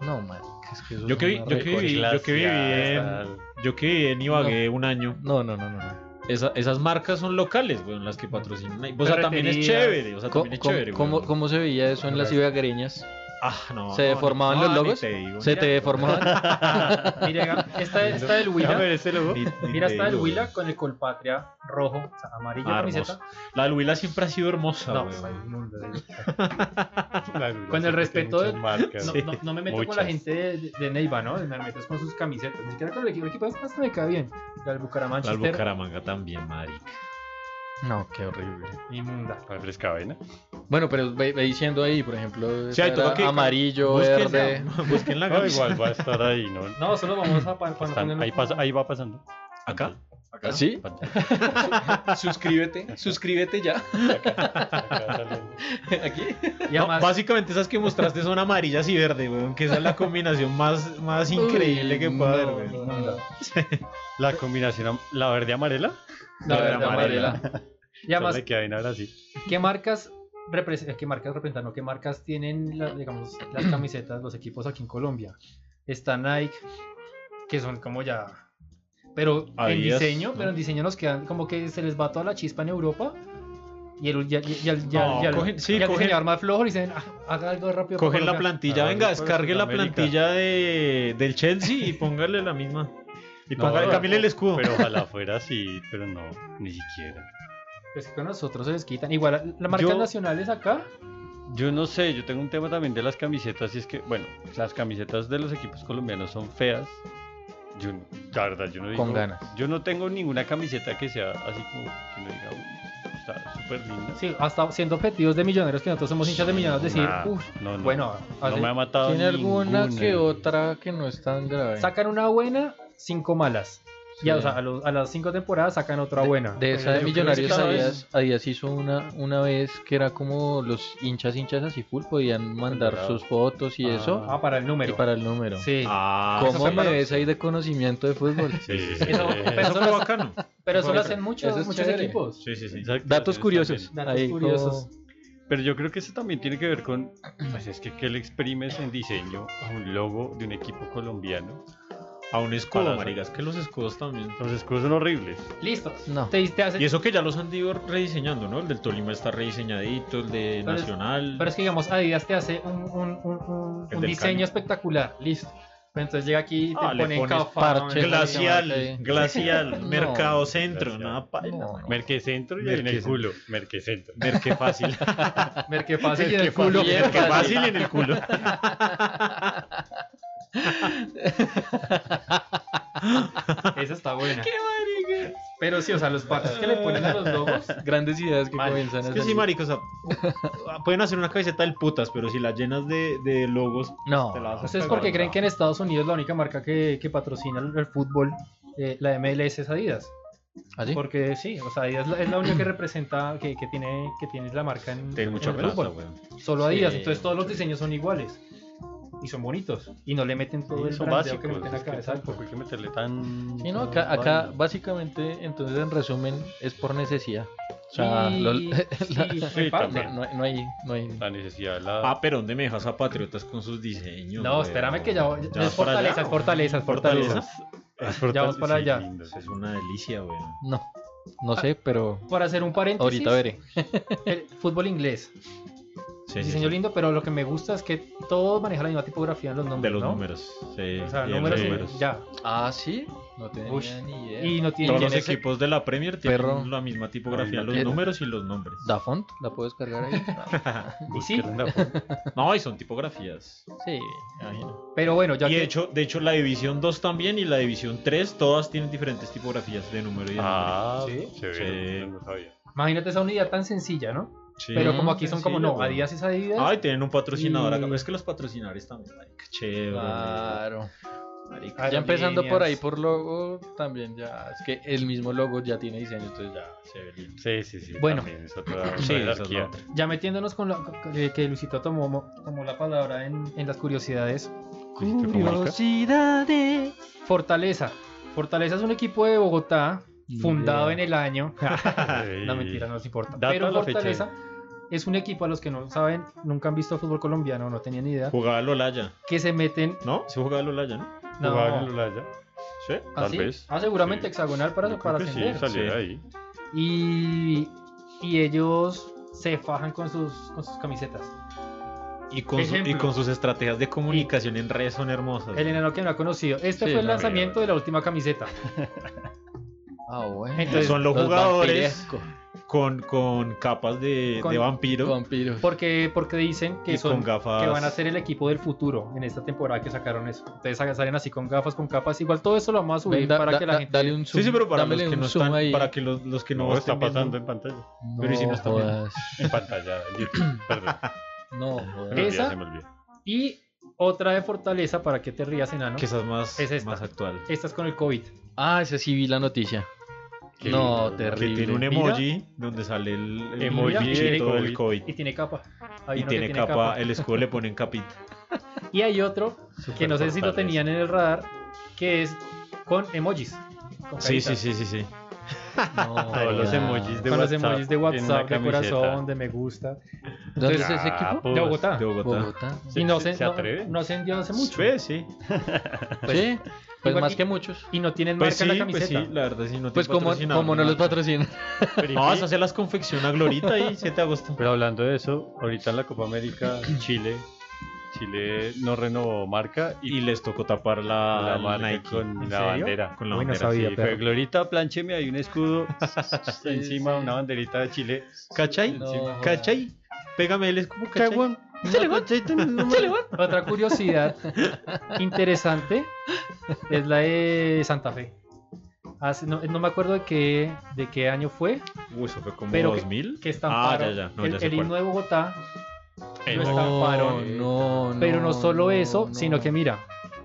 Speaker 3: No, man. Es que eso
Speaker 4: Yo
Speaker 3: es
Speaker 4: que vi-
Speaker 3: una
Speaker 4: yo
Speaker 3: re-
Speaker 4: que viví, yo que viví
Speaker 6: Glacial,
Speaker 4: en, yo que viví en Ibagué un año.
Speaker 3: No, no, no, no. no.
Speaker 4: Esa- esas marcas son locales, weón, las que patrocinan. ahí. O sea, también es
Speaker 5: Ferreterías.
Speaker 4: chévere, o sea,
Speaker 3: ¿Cómo,
Speaker 4: también es
Speaker 3: cómo-
Speaker 4: chévere.
Speaker 3: cómo-
Speaker 4: weón.
Speaker 3: cómo se veía eso en las ibagreñas?
Speaker 4: Ah, no,
Speaker 3: ¿Se
Speaker 4: no,
Speaker 3: deformaban
Speaker 4: no,
Speaker 3: los
Speaker 4: ni
Speaker 3: logos?
Speaker 4: te digo,
Speaker 3: ¿Se te deformaban?
Speaker 5: Mira, esta, esta del
Speaker 6: A ver,
Speaker 5: Huila.
Speaker 6: ese logo.
Speaker 4: ni- este ni
Speaker 5: Mira,
Speaker 4: te
Speaker 5: esta del
Speaker 4: digo,
Speaker 5: Huila
Speaker 4: weón.
Speaker 5: con el Colpatria rojo, o sea, amarillo
Speaker 4: Ah,
Speaker 5: camiseta.
Speaker 4: hermoso. La del Huila siempre ha sido hermosa,
Speaker 5: No,
Speaker 4: weón.
Speaker 5: inmundo, de-
Speaker 6: Claro,
Speaker 5: Con el
Speaker 6: siempre tiene
Speaker 5: respeto
Speaker 6: muchas
Speaker 5: de-
Speaker 6: [laughs] marcas.
Speaker 5: No, no- no me meto con la
Speaker 6: Muchas.
Speaker 5: gente de, de Neiva, ¿no? Me meto con sus camisetas. Ni siquiera con el equipo. El equipo hasta me cae bien. La del
Speaker 4: La
Speaker 5: Bucaramanga.
Speaker 4: del Bucaramanga también, marica.
Speaker 3: [laughs] no, qué horrible.
Speaker 5: Inmunda.
Speaker 6: Con el frescavena.
Speaker 3: Bueno, pero ve, ve diciendo ahí, por ejemplo,
Speaker 4: Sí, ahí
Speaker 3: era
Speaker 4: toca que-
Speaker 3: amarillo,
Speaker 4: Busquen
Speaker 3: verde.
Speaker 4: la- busquen la
Speaker 6: No,
Speaker 4: camisa.
Speaker 6: igual va a estar ahí,
Speaker 4: [laughs]
Speaker 6: ¿no?
Speaker 5: No, solo vamos a pa- cuando
Speaker 6: Están-
Speaker 5: ponen-
Speaker 6: ahí, pasa- ahí va pasando.
Speaker 4: ¿Acá?
Speaker 3: ¿Ah, ¿Sí?
Speaker 4: [laughs]
Speaker 6: Pantalla,
Speaker 3: Suscríbete, suscríbete ya.
Speaker 6: acá sale.
Speaker 3: Aquí.
Speaker 5: Y
Speaker 4: No,
Speaker 5: además,
Speaker 4: básicamente esas que mostraste son amarillas y verde, weón, que esa es la combinación más, más increíble que puede haber,
Speaker 3: No,
Speaker 4: weón.
Speaker 3: no, no.
Speaker 6: La combinación, am- la verde amarela,
Speaker 5: La
Speaker 4: verde
Speaker 5: verdad,
Speaker 4: amarela.
Speaker 5: amarela. Y
Speaker 6: ya
Speaker 5: además,
Speaker 6: le queda bien ahora sí.
Speaker 5: ¿qué marcas repres- eh, qué marcas representan o qué marcas tienen la- digamos, las camisetas, los equipos aquí en Colombia. Está Nike, que son como ya. Pero en
Speaker 4: Adidas,
Speaker 5: diseño,
Speaker 4: ¿no?
Speaker 5: pero en diseño nos quedan como que se les va toda la chispa en Europa. Y el, ya, ya, ya, ya-
Speaker 4: No,
Speaker 5: ya el-
Speaker 4: cogen- sí,
Speaker 5: ya el
Speaker 4: cogen-
Speaker 5: diseñador más flojo le dicen, "Ah, haga algo rápido. para
Speaker 4: Cogen la
Speaker 5: Colombia".
Speaker 4: plantilla,
Speaker 6: Ah,
Speaker 4: venga,
Speaker 6: yo creo que
Speaker 4: descargue la
Speaker 6: Sudamérica.
Speaker 4: plantilla de, del Chelsea y póngale la misma. Y
Speaker 6: No,
Speaker 4: póngale,
Speaker 6: pero-
Speaker 4: cámbiale el escudo.
Speaker 6: Pero ojalá fuera así, pero no, ni siquiera.
Speaker 5: Pues que con nosotros se les quitan. Igual, las marcas
Speaker 6: Yo-
Speaker 5: nacionales acá.
Speaker 6: Yo no sé, yo tengo un tema también de las camisetas y es que, bueno, pues las camisetas de los equipos colombianos son feas. Yo, no- la verdad, yo no digo...
Speaker 3: Con ganas.
Speaker 6: Yo no tengo ninguna camiseta que sea así como que no diga, "Uy, está súper linda.
Speaker 5: Sí, hasta siendo objetivos de millonarios, que nosotros somos hinchas de millonarios, decir,
Speaker 6: Nah,
Speaker 5: "Uf,
Speaker 6: no, no,
Speaker 5: bueno,
Speaker 6: no
Speaker 5: hace-
Speaker 6: me ha matado
Speaker 3: Tiene alguna
Speaker 6: ninguna.
Speaker 3: que otra que no es tan grave.
Speaker 5: sacan una buena, cinco malas.
Speaker 3: Sí.
Speaker 5: Ya, o sea, a, los- a las cinco temporadas sacan otra buena.
Speaker 3: De esa de
Speaker 6: yo creo
Speaker 3: Millonarios
Speaker 6: que esta
Speaker 3: Adidas, Adidas hizo una, una vez que era como los hinchas hinchas así full, podían mandar
Speaker 6: Colorado.
Speaker 3: sus fotos y
Speaker 6: Ah,
Speaker 3: eso
Speaker 5: Ah, para el número.
Speaker 3: y para el número.
Speaker 5: Sí.
Speaker 4: Ah,
Speaker 3: ¿Cómo
Speaker 5: eso
Speaker 3: me
Speaker 5: fue-
Speaker 3: ves ahí de conocimiento de fútbol?
Speaker 6: Sí, sí, sí.
Speaker 5: Eso-
Speaker 6: Eh,
Speaker 5: pero
Speaker 4: eso
Speaker 5: eso
Speaker 4: fue
Speaker 5: lo-
Speaker 4: bacano.
Speaker 5: Pero eso lo
Speaker 3: Eso
Speaker 5: hacen muchos,
Speaker 3: es
Speaker 5: muchos
Speaker 3: chévere.
Speaker 5: equipos.
Speaker 4: Sí, sí, sí.
Speaker 6: exacto,
Speaker 3: Datos
Speaker 6: sí,
Speaker 3: curiosos.
Speaker 6: también.
Speaker 5: Datos
Speaker 3: Ahí como-
Speaker 5: curiosos.
Speaker 6: Pero yo creo que eso también tiene que ver con, pues es que, ¿qué le exprimes en diseño a un logo de un equipo colombiano?
Speaker 4: A un escudo,
Speaker 6: Para-
Speaker 4: maricas, que los escudos también.
Speaker 6: Los escudos son horribles.
Speaker 5: Listo.
Speaker 3: No.
Speaker 5: Te, te hacen-
Speaker 4: Y eso que ya los han ido rediseñando, ¿no? El del Tolima está rediseñadito, el de
Speaker 5: Pero es-
Speaker 4: Nacional.
Speaker 5: Pero es que digamos, Adidas te hace un, un- un- un-
Speaker 4: El
Speaker 5: un
Speaker 4: del
Speaker 5: diseño
Speaker 4: caño.
Speaker 5: espectacular. Listo. Pero entonces llega aquí y te
Speaker 4: Ah, le
Speaker 5: ponen
Speaker 4: pones
Speaker 5: cafá,
Speaker 3: parches.
Speaker 4: Glacial,
Speaker 3: Sí.
Speaker 4: glacial,
Speaker 3: [laughs] No.
Speaker 4: mercado centro,
Speaker 6: Glacial.
Speaker 4: nada paila.
Speaker 3: No, no.
Speaker 6: Merquecentro y en el
Speaker 4: Merquecentro.
Speaker 6: culo. Merquecentro.
Speaker 4: Ver qué fácil.
Speaker 5: eh, ver qué pasa y en el
Speaker 4: Qué fácil,
Speaker 5: culo.
Speaker 4: ver qué fácil en el culo.
Speaker 5: [laughs] Esa está buena. Pero sí, o sea, los parches que le ponen a los logos.
Speaker 3: Grandes ideas que
Speaker 5: Mal.
Speaker 3: comienzan
Speaker 4: Es
Speaker 3: a
Speaker 4: que sí,
Speaker 3: salir.
Speaker 4: marica, o sea, pueden hacer una camiseta del putas, pero si la llenas de, de logos,
Speaker 3: No.
Speaker 4: te la vas a
Speaker 5: ¿Ustedes
Speaker 4: cagar.
Speaker 5: por qué creen que en Estados Unidos la única marca que, que patrocina el, el fútbol, eh, la MLS, es Adidas?
Speaker 3: ¿Así?
Speaker 5: Porque sí, o sea, Adidas la- es la única que representa, que, que tiene, que tiene la marca en,
Speaker 4: Tienen mucha
Speaker 5: en el
Speaker 4: plata,
Speaker 5: fútbol.
Speaker 4: weón.
Speaker 5: Solo Adidas,
Speaker 3: Sí,
Speaker 5: entonces todos los diseños son iguales. Y son bonitos. Y no le meten todo el
Speaker 6: son
Speaker 5: brandeo
Speaker 6: básicos.
Speaker 5: que meten
Speaker 6: es que
Speaker 5: acá. exacto.
Speaker 6: tampoco hay que meterle tan...
Speaker 3: Sí, no, acá, acá básicamente, entonces en resumen, es por necesidad. O sea, [laughs]
Speaker 5: Y- [laughs]
Speaker 3: lo-
Speaker 5: sí,
Speaker 6: Sí,
Speaker 5: en parte.
Speaker 6: también.
Speaker 3: no, no hay- no hay, no hay.
Speaker 6: La necesidad la...
Speaker 4: Ah, pero ¿dónde me dejas a Patriotas con sus diseños?
Speaker 5: No,
Speaker 4: weón?
Speaker 5: espérame que ya, voy-
Speaker 4: Ya vas
Speaker 5: es
Speaker 4: para allá,
Speaker 5: fortalezas,
Speaker 4: weón.
Speaker 5: fortalezas, fortalezas. Ya vamos para allá.
Speaker 4: Es una delicia, weón.
Speaker 3: No, no sé, pero
Speaker 5: Por hacer un paréntesis,
Speaker 3: ahorita veré.
Speaker 5: el fútbol inglés.
Speaker 4: Sí, sí,
Speaker 5: diseño
Speaker 4: sí.
Speaker 5: lindo, pero lo que me gusta es que todo maneja la misma tipografía en los
Speaker 4: De
Speaker 5: nombres.
Speaker 4: los
Speaker 5: ¿no?
Speaker 4: números. Sí,
Speaker 5: O sea,
Speaker 4: y de
Speaker 5: números,
Speaker 4: los
Speaker 5: y-
Speaker 4: números.
Speaker 5: ya.
Speaker 3: Ah, sí, no tenía
Speaker 5: Ush.
Speaker 3: ni idea.
Speaker 5: Y no tiene.
Speaker 4: Todos los
Speaker 3: ¿Quién es ese?
Speaker 4: equipos de la Premier tienen
Speaker 3: Perro.
Speaker 4: la misma tipografía,
Speaker 6: Ay,
Speaker 4: los
Speaker 3: ¿quién?
Speaker 4: números y los nombres.
Speaker 3: ¿Da font? ¿La puedo descargar ahí?
Speaker 5: Y sí,
Speaker 4: No, y son tipografías.
Speaker 3: sí, me imagino.
Speaker 5: pero bueno, ya
Speaker 4: y de
Speaker 5: que
Speaker 4: hecho, de hecho, la división 2 también y la división 3, todas tienen diferentes tipografías de número y de
Speaker 6: [laughs] Ah,
Speaker 5: Sí.
Speaker 6: severo,
Speaker 4: Sí.
Speaker 6: no sabía.
Speaker 5: imagínate esa unidad tan sencilla, ¿no?
Speaker 4: nombre. Sí.
Speaker 5: pero como aquí son como, no,
Speaker 4: Sencillo, weón.
Speaker 5: Adidas es Adidas.
Speaker 4: Ay, tienen un patrocinador
Speaker 5: Y- Ah.
Speaker 4: acá. Es que los patrocinadores también, marica, chévere.
Speaker 3: Claro.
Speaker 4: marica.
Speaker 5: Aerolíneas.
Speaker 3: Ya empezando por ahí, por logo, también ya. Es que el mismo logo ya tiene diseño, entonces ya se ve lindo.
Speaker 6: Sí, sí, [laughs] sí.
Speaker 5: Bueno.
Speaker 6: también es otra- otra
Speaker 4: Sí, esa es la
Speaker 6: jerarquía.
Speaker 4: otra.
Speaker 5: Ya metiéndonos con lo que, que Luisito tomó, tomó la palabra en, en las curiosidades.
Speaker 6: Luisito Comunica. [laughs]
Speaker 5: Fortaleza. Fortaleza es un equipo de Bogotá
Speaker 3: Ni
Speaker 5: fundado
Speaker 3: idea.
Speaker 5: en el
Speaker 6: [laughs]
Speaker 5: año.
Speaker 6: Ey.
Speaker 5: no, mentira, no nos importa.
Speaker 6: Dato a
Speaker 5: Pero
Speaker 6: la fecha.
Speaker 5: Fortaleza es un equipo a los que no saben, nunca han visto fútbol colombiano, no tenían ni idea,
Speaker 4: Jugaba al Olaya,
Speaker 5: que se meten.
Speaker 4: ¿no? Sí jugaba al Olaya, ¿no?
Speaker 5: No,
Speaker 6: Jugaba en el Olaya,
Speaker 4: Sí.
Speaker 5: ¿Ah,
Speaker 6: tal
Speaker 5: sí?
Speaker 6: vez.
Speaker 5: Ah, seguramente
Speaker 6: Sí.
Speaker 5: hexagonal para,
Speaker 6: Yo creo
Speaker 5: para
Speaker 6: que
Speaker 5: ascender.
Speaker 6: Sí, salió
Speaker 4: Sí.
Speaker 6: de ahí.
Speaker 5: y, y ellos se fajan con sus, con sus camisetas.
Speaker 4: Y con, su- y
Speaker 5: Ejemplo.
Speaker 4: con sus estrategias de comunicación en redes son hermosas.
Speaker 5: El enano que no ha conocido. Este
Speaker 3: Sí,
Speaker 5: fue el
Speaker 3: no,
Speaker 5: lanzamiento
Speaker 6: mira.
Speaker 5: de la última camiseta.
Speaker 3: Ah, bueno.
Speaker 5: Entonces,
Speaker 4: son los jugadores
Speaker 3: vampirescos.
Speaker 4: con, con capas de,
Speaker 5: Con-
Speaker 4: de vampiro
Speaker 3: Vampiros.
Speaker 5: Porque, porque dicen que
Speaker 4: y
Speaker 5: son
Speaker 4: con gafas.
Speaker 5: que van a ser el equipo del futuro en esta temporada que sacaron eso. Entonces sa- salen así con gafas, con capas. Igual todo eso lo vamos a subir
Speaker 3: Ven, da-
Speaker 5: para
Speaker 3: da-
Speaker 5: que la
Speaker 3: da-
Speaker 5: gente.
Speaker 3: Dale un zoom.
Speaker 4: Sí, sí, pero para los
Speaker 3: dámele
Speaker 4: que
Speaker 3: un
Speaker 4: no
Speaker 3: zoom
Speaker 4: están,
Speaker 3: ahí.
Speaker 4: para que los, los que no,
Speaker 6: No, está
Speaker 4: estén viendo-
Speaker 6: pasando en pantalla.
Speaker 4: pero hicimos
Speaker 3: no
Speaker 4: también.
Speaker 3: jodas.
Speaker 6: [laughs] En pantalla. en YouTube. Perdón.
Speaker 3: No,
Speaker 6: Se me
Speaker 3: jodas.
Speaker 5: ¿Qué?
Speaker 6: olvida,
Speaker 5: Esa-
Speaker 6: se me olvida.
Speaker 5: Y otra de fortaleza para que te rías, enano.
Speaker 4: que esas más,
Speaker 5: Es esta.
Speaker 4: más actual.
Speaker 5: Esta es con el COVID.
Speaker 3: Ah, ese sí vi la noticia.
Speaker 6: Qué
Speaker 3: no,
Speaker 6: lindo,
Speaker 4: Que
Speaker 3: terrible.
Speaker 4: tiene un emoji donde sale el, el
Speaker 6: Emoji
Speaker 4: bichito
Speaker 6: de COVID.
Speaker 4: del COVID.
Speaker 5: Y tiene capa. Hay
Speaker 4: Y
Speaker 5: uno que
Speaker 4: tiene capa, eh. el escudo le ponen capita.
Speaker 5: Y hay otro que no sé si lo
Speaker 6: Superfortaleza.
Speaker 5: tenían en el radar, que es con emojis. con
Speaker 4: Sí, sí,
Speaker 5: caritas.
Speaker 4: sí, sí, sí.
Speaker 6: Todos los emojis de
Speaker 5: con los
Speaker 6: WhatsApp.
Speaker 5: emojis de
Speaker 6: en una
Speaker 5: WhatsApp, de
Speaker 6: camiseta.
Speaker 5: corazón, de me gusta.
Speaker 3: ¿Dónde es ese
Speaker 6: Ah,
Speaker 3: equipo?
Speaker 6: pues,
Speaker 5: De Bogotá.
Speaker 4: De Bogotá.
Speaker 3: Bogotá.
Speaker 5: y
Speaker 6: ¿Se-
Speaker 5: no
Speaker 6: se-
Speaker 5: se,
Speaker 6: se
Speaker 5: no-
Speaker 6: atreve?
Speaker 5: no se hundió hace mucho.
Speaker 4: Pues sí.
Speaker 3: sí, pues
Speaker 5: igual
Speaker 3: más
Speaker 5: que-
Speaker 3: que muchos.
Speaker 5: Y no tienen
Speaker 4: Pues
Speaker 5: marca
Speaker 4: sí,
Speaker 5: en la
Speaker 4: pues sí,
Speaker 5: camiseta.
Speaker 4: la verdad sí no
Speaker 3: Pues
Speaker 4: tiene
Speaker 3: como,
Speaker 4: patrocinador
Speaker 3: como
Speaker 4: ni
Speaker 3: no los
Speaker 4: nada.
Speaker 3: patrocinan.
Speaker 6: Pero, ¿y
Speaker 4: No,
Speaker 6: qué?
Speaker 4: vas a hacer las confecciona Glorita y 7 de agosto.
Speaker 6: Pero hablando de eso, ahorita en la Copa América, Chile, Chile no renovó marca y
Speaker 4: Y les tocó tapar la,
Speaker 6: la marca
Speaker 4: Nike.
Speaker 6: con la
Speaker 4: ¿En serio?
Speaker 6: bandera.
Speaker 4: Con la
Speaker 5: Uy, no
Speaker 4: bandera.
Speaker 5: sabía,
Speaker 6: Sí,
Speaker 5: perro.
Speaker 6: fue, Glorita, pláncheme, hay un escudo encima, una banderita de Chile.
Speaker 4: ¿Cachai?
Speaker 3: No,
Speaker 4: Sí.
Speaker 3: joder.
Speaker 4: ¿Cachai? Pégame el escudo, ¿cachai?
Speaker 5: Otra curiosidad interesante es la de Santa Fe. Hace- no, no me acuerdo de qué, de qué año fue
Speaker 4: Uy, eso fue como
Speaker 5: Pero que-
Speaker 4: 2000.
Speaker 5: que
Speaker 4: ah,
Speaker 5: estamparon
Speaker 4: ya, ya. No,
Speaker 5: el,
Speaker 4: ya sé
Speaker 5: el
Speaker 4: cuál.
Speaker 5: himno de Bogotá. Lo estamparon.
Speaker 3: no, no,
Speaker 5: Pero no solo
Speaker 3: no,
Speaker 5: eso,
Speaker 3: no.
Speaker 5: sino que mira,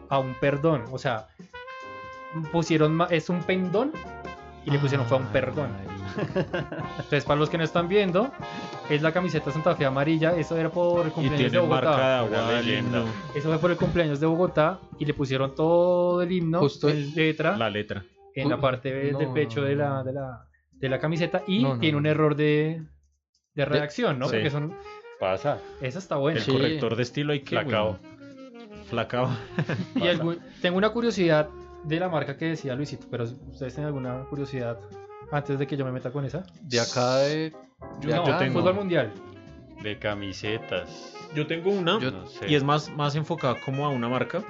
Speaker 5: a un perdón, o sea, pusieron ma- es un pendón y le pusieron fue a un
Speaker 3: Ay,
Speaker 5: perdón.
Speaker 3: marica.
Speaker 5: Entonces, para los que no están viendo, es la camiseta Santa Fe amarilla, eso era por el
Speaker 4: Y
Speaker 5: cumpleaños de
Speaker 4: tiene
Speaker 5: Bogotá.
Speaker 4: marca de agua
Speaker 6: Una
Speaker 4: del
Speaker 6: leyenda.
Speaker 4: himno,
Speaker 5: Eso fue por el cumpleaños de Bogotá y le pusieron todo el himno
Speaker 3: Justo-
Speaker 5: en letra
Speaker 4: La letra.
Speaker 5: en la parte de-
Speaker 3: No,
Speaker 5: del pecho de la,
Speaker 3: no.
Speaker 5: de la, de la camiseta y
Speaker 3: No, no,
Speaker 5: tiene un
Speaker 3: no.
Speaker 5: error de, de redacción, ¿no?
Speaker 4: sí.
Speaker 5: Porque son,
Speaker 6: Pasa.
Speaker 5: esa está buena.
Speaker 4: El
Speaker 3: Sí.
Speaker 4: corrector de estilo hay que.
Speaker 6: Flacao.
Speaker 4: weón. Flacao.
Speaker 5: Y algún- tengo una curiosidad de la marca que decía Luisito, pero ustedes tienen alguna curiosidad antes de que yo me meta con esa.
Speaker 3: De acá de. de
Speaker 5: no, Ah,
Speaker 3: acá,
Speaker 5: fútbol mundial.
Speaker 6: De camisetas.
Speaker 4: Yo tengo una.
Speaker 3: Yo-
Speaker 6: no sé.
Speaker 4: Y es más, más enfocada como a una marca.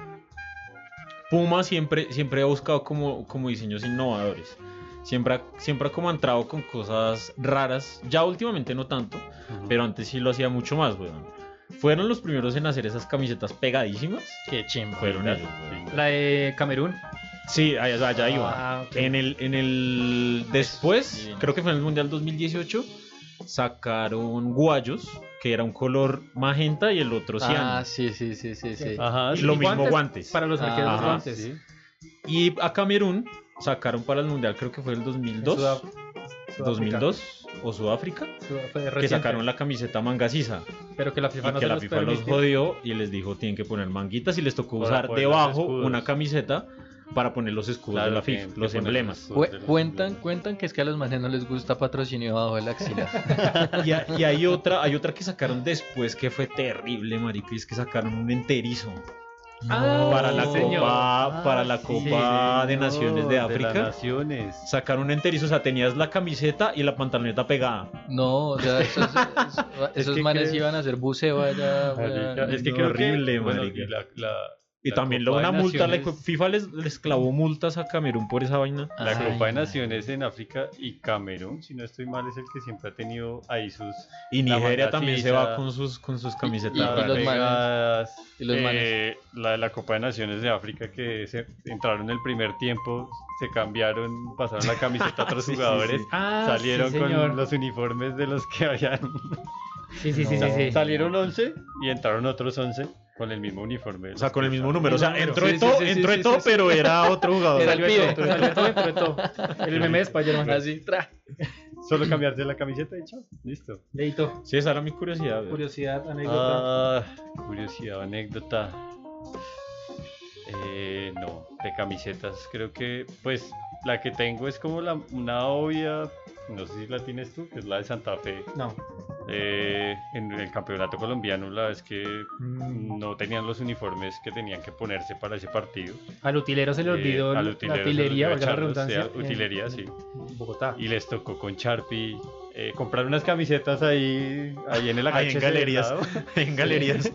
Speaker 4: Puma siempre, siempre ha buscado como, como diseños innovadores. Siempre ha, siempre ha como entrado con cosas raras. Ya últimamente no tanto,
Speaker 6: Ujú.
Speaker 4: pero antes sí lo hacía mucho más, weón. Fueron los primeros en hacer esas camisetas pegadísimas.
Speaker 3: Qué chimba.
Speaker 4: Fueron ellos, weón.
Speaker 6: Sí.
Speaker 5: La de Camerún.
Speaker 4: Sí, allá, allá iba.
Speaker 5: Ah, ok.
Speaker 4: En el, en el después,
Speaker 3: Sí.
Speaker 4: creo que fue en el Mundial 2018, sacaron guayos, que era un color magenta y el otro cian.
Speaker 3: Ah, sí, sí, sí, sí, sí.
Speaker 6: Ajá,
Speaker 4: Y lo
Speaker 5: Y
Speaker 4: mismo guantes.
Speaker 5: Para los
Speaker 3: Ah,
Speaker 5: arqueros los
Speaker 4: ajá,
Speaker 5: guantes.
Speaker 3: sí.
Speaker 4: Y a Camerún sacaron para el mundial, creo que fue el 2002,
Speaker 5: En Sudá- Sudáfrica.
Speaker 4: 2002 o Sudáfrica,
Speaker 5: Sudá- fue
Speaker 4: que
Speaker 5: reciente,
Speaker 4: sacaron la camiseta manga sisa
Speaker 5: Pero que la FIFA
Speaker 4: y
Speaker 5: no
Speaker 4: que
Speaker 5: se
Speaker 4: la
Speaker 5: los
Speaker 4: FIFA los
Speaker 5: permitió.
Speaker 4: jodió y les dijo tienen que poner manguitas y les tocó
Speaker 6: Para
Speaker 4: usar
Speaker 6: poner los
Speaker 4: debajo
Speaker 6: escudos.
Speaker 4: una camiseta para poner los escudos de la
Speaker 6: que-
Speaker 4: FIFA,
Speaker 6: que
Speaker 4: los
Speaker 6: ponen
Speaker 4: emblemas.
Speaker 6: escudos de
Speaker 3: Cu-
Speaker 6: los
Speaker 3: Cuentan,
Speaker 6: emblemas.
Speaker 3: cuentan que es que a los manes no les gusta patrocinio bajo de la axila.
Speaker 4: Y, a- y hay otra, hay otra que sacaron después que fue terrible, marica, y es que sacaron un enterizo
Speaker 5: Ah,
Speaker 4: para
Speaker 5: sí,
Speaker 4: la
Speaker 5: señor.
Speaker 4: Copa, para la
Speaker 6: Sí,
Speaker 4: Copa de
Speaker 6: señor,
Speaker 4: Naciones de
Speaker 6: las
Speaker 4: África.
Speaker 6: naciones.
Speaker 4: Sacaron un enterizo, o sea, tenías la camiseta y la pantaloneta pegada.
Speaker 3: No, o sea, esos, esos- esos
Speaker 6: que
Speaker 3: manes
Speaker 6: creo-
Speaker 3: iban a hacer buceo allá.
Speaker 6: Marica,
Speaker 3: weón.
Speaker 6: Es que
Speaker 4: no,
Speaker 6: creo que
Speaker 4: horrible,
Speaker 6: bueno,
Speaker 4: marica.
Speaker 6: y la- la-
Speaker 4: Y
Speaker 6: La
Speaker 4: también
Speaker 6: Copa
Speaker 4: luego
Speaker 6: de
Speaker 4: una multa, le-
Speaker 6: Naciones.
Speaker 4: FIFA les, les clavó multas a Camerún por esa vaina.
Speaker 6: La
Speaker 3: Ay,
Speaker 6: Copa de
Speaker 3: no.
Speaker 6: Naciones en África y Camerún, si no estoy mal, es el que siempre ha tenido ahí sus
Speaker 4: Y
Speaker 6: La
Speaker 4: Nigeria
Speaker 6: manga
Speaker 4: también se
Speaker 6: sisa.
Speaker 4: va con sus, con sus
Speaker 3: Y- y
Speaker 4: camisetas.
Speaker 3: los manes.
Speaker 6: pegadas.
Speaker 3: Y los
Speaker 6: Eh,
Speaker 3: manes.
Speaker 6: la de la Copa de Naciones de África que se entraron el primer tiempo, se cambiaron, pasaron la camiseta a otros
Speaker 4: [laughs] Sí, sí,
Speaker 6: jugadores,
Speaker 4: sí.
Speaker 5: Ah,
Speaker 6: salieron
Speaker 5: sí, señor.
Speaker 6: con los uniformes de los que habían. [laughs]
Speaker 5: Sí, sí, sí,
Speaker 3: No.
Speaker 5: sí, sí.
Speaker 6: Salieron 11 y entraron otros 11 con el mismo uniforme.
Speaker 4: O
Speaker 6: de los
Speaker 4: sea, con
Speaker 6: que
Speaker 4: el mismo
Speaker 6: usaban.
Speaker 4: número. O sea,
Speaker 5: Número.
Speaker 4: entró
Speaker 3: Sí,
Speaker 4: de
Speaker 3: sí,
Speaker 4: todo,
Speaker 3: sí,
Speaker 4: entró
Speaker 3: sí,
Speaker 4: de
Speaker 3: sí,
Speaker 4: todo,
Speaker 3: sí.
Speaker 4: pero era otro jugador.
Speaker 5: Era
Speaker 3: Era
Speaker 5: el
Speaker 3: el
Speaker 5: pibe.
Speaker 3: pibe.
Speaker 5: Salió todo, dentro de todo. [laughs] El meme de Spider-Man.
Speaker 3: Así, tra.
Speaker 6: Solo cambiarse la camiseta y chao, listo.
Speaker 5: Leito.
Speaker 4: Sí, esa era mi curiosidad. güey.
Speaker 5: Curiosidad, anécdota.
Speaker 6: Ah, curiosidad, anécdota. Eh, no, de camisetas. Creo que, pues, la que tengo es como la, una obvia. No sé si la tienes tú, que es la de Santa Fe.
Speaker 5: No.
Speaker 6: Eh, en el campeonato colombiano, la vez que
Speaker 5: Mm.
Speaker 6: no tenían los uniformes que tenían que ponerse para ese partido.
Speaker 5: Al utilero se le
Speaker 6: Eh,
Speaker 5: olvidó
Speaker 6: al
Speaker 5: la
Speaker 6: utilero se le
Speaker 5: utilería,
Speaker 6: olvidó
Speaker 5: valga la
Speaker 6: echarlos, sí,
Speaker 5: redundancia. eh.
Speaker 6: al utilería,
Speaker 5: en-
Speaker 6: sí.
Speaker 5: en Bogotá.
Speaker 6: Y les tocó con Sharpie eh, comprar unas camisetas ahí, ahí en el
Speaker 4: Ahí en
Speaker 6: AHC del
Speaker 4: galerías.
Speaker 6: lado.
Speaker 4: [laughs] En galerías.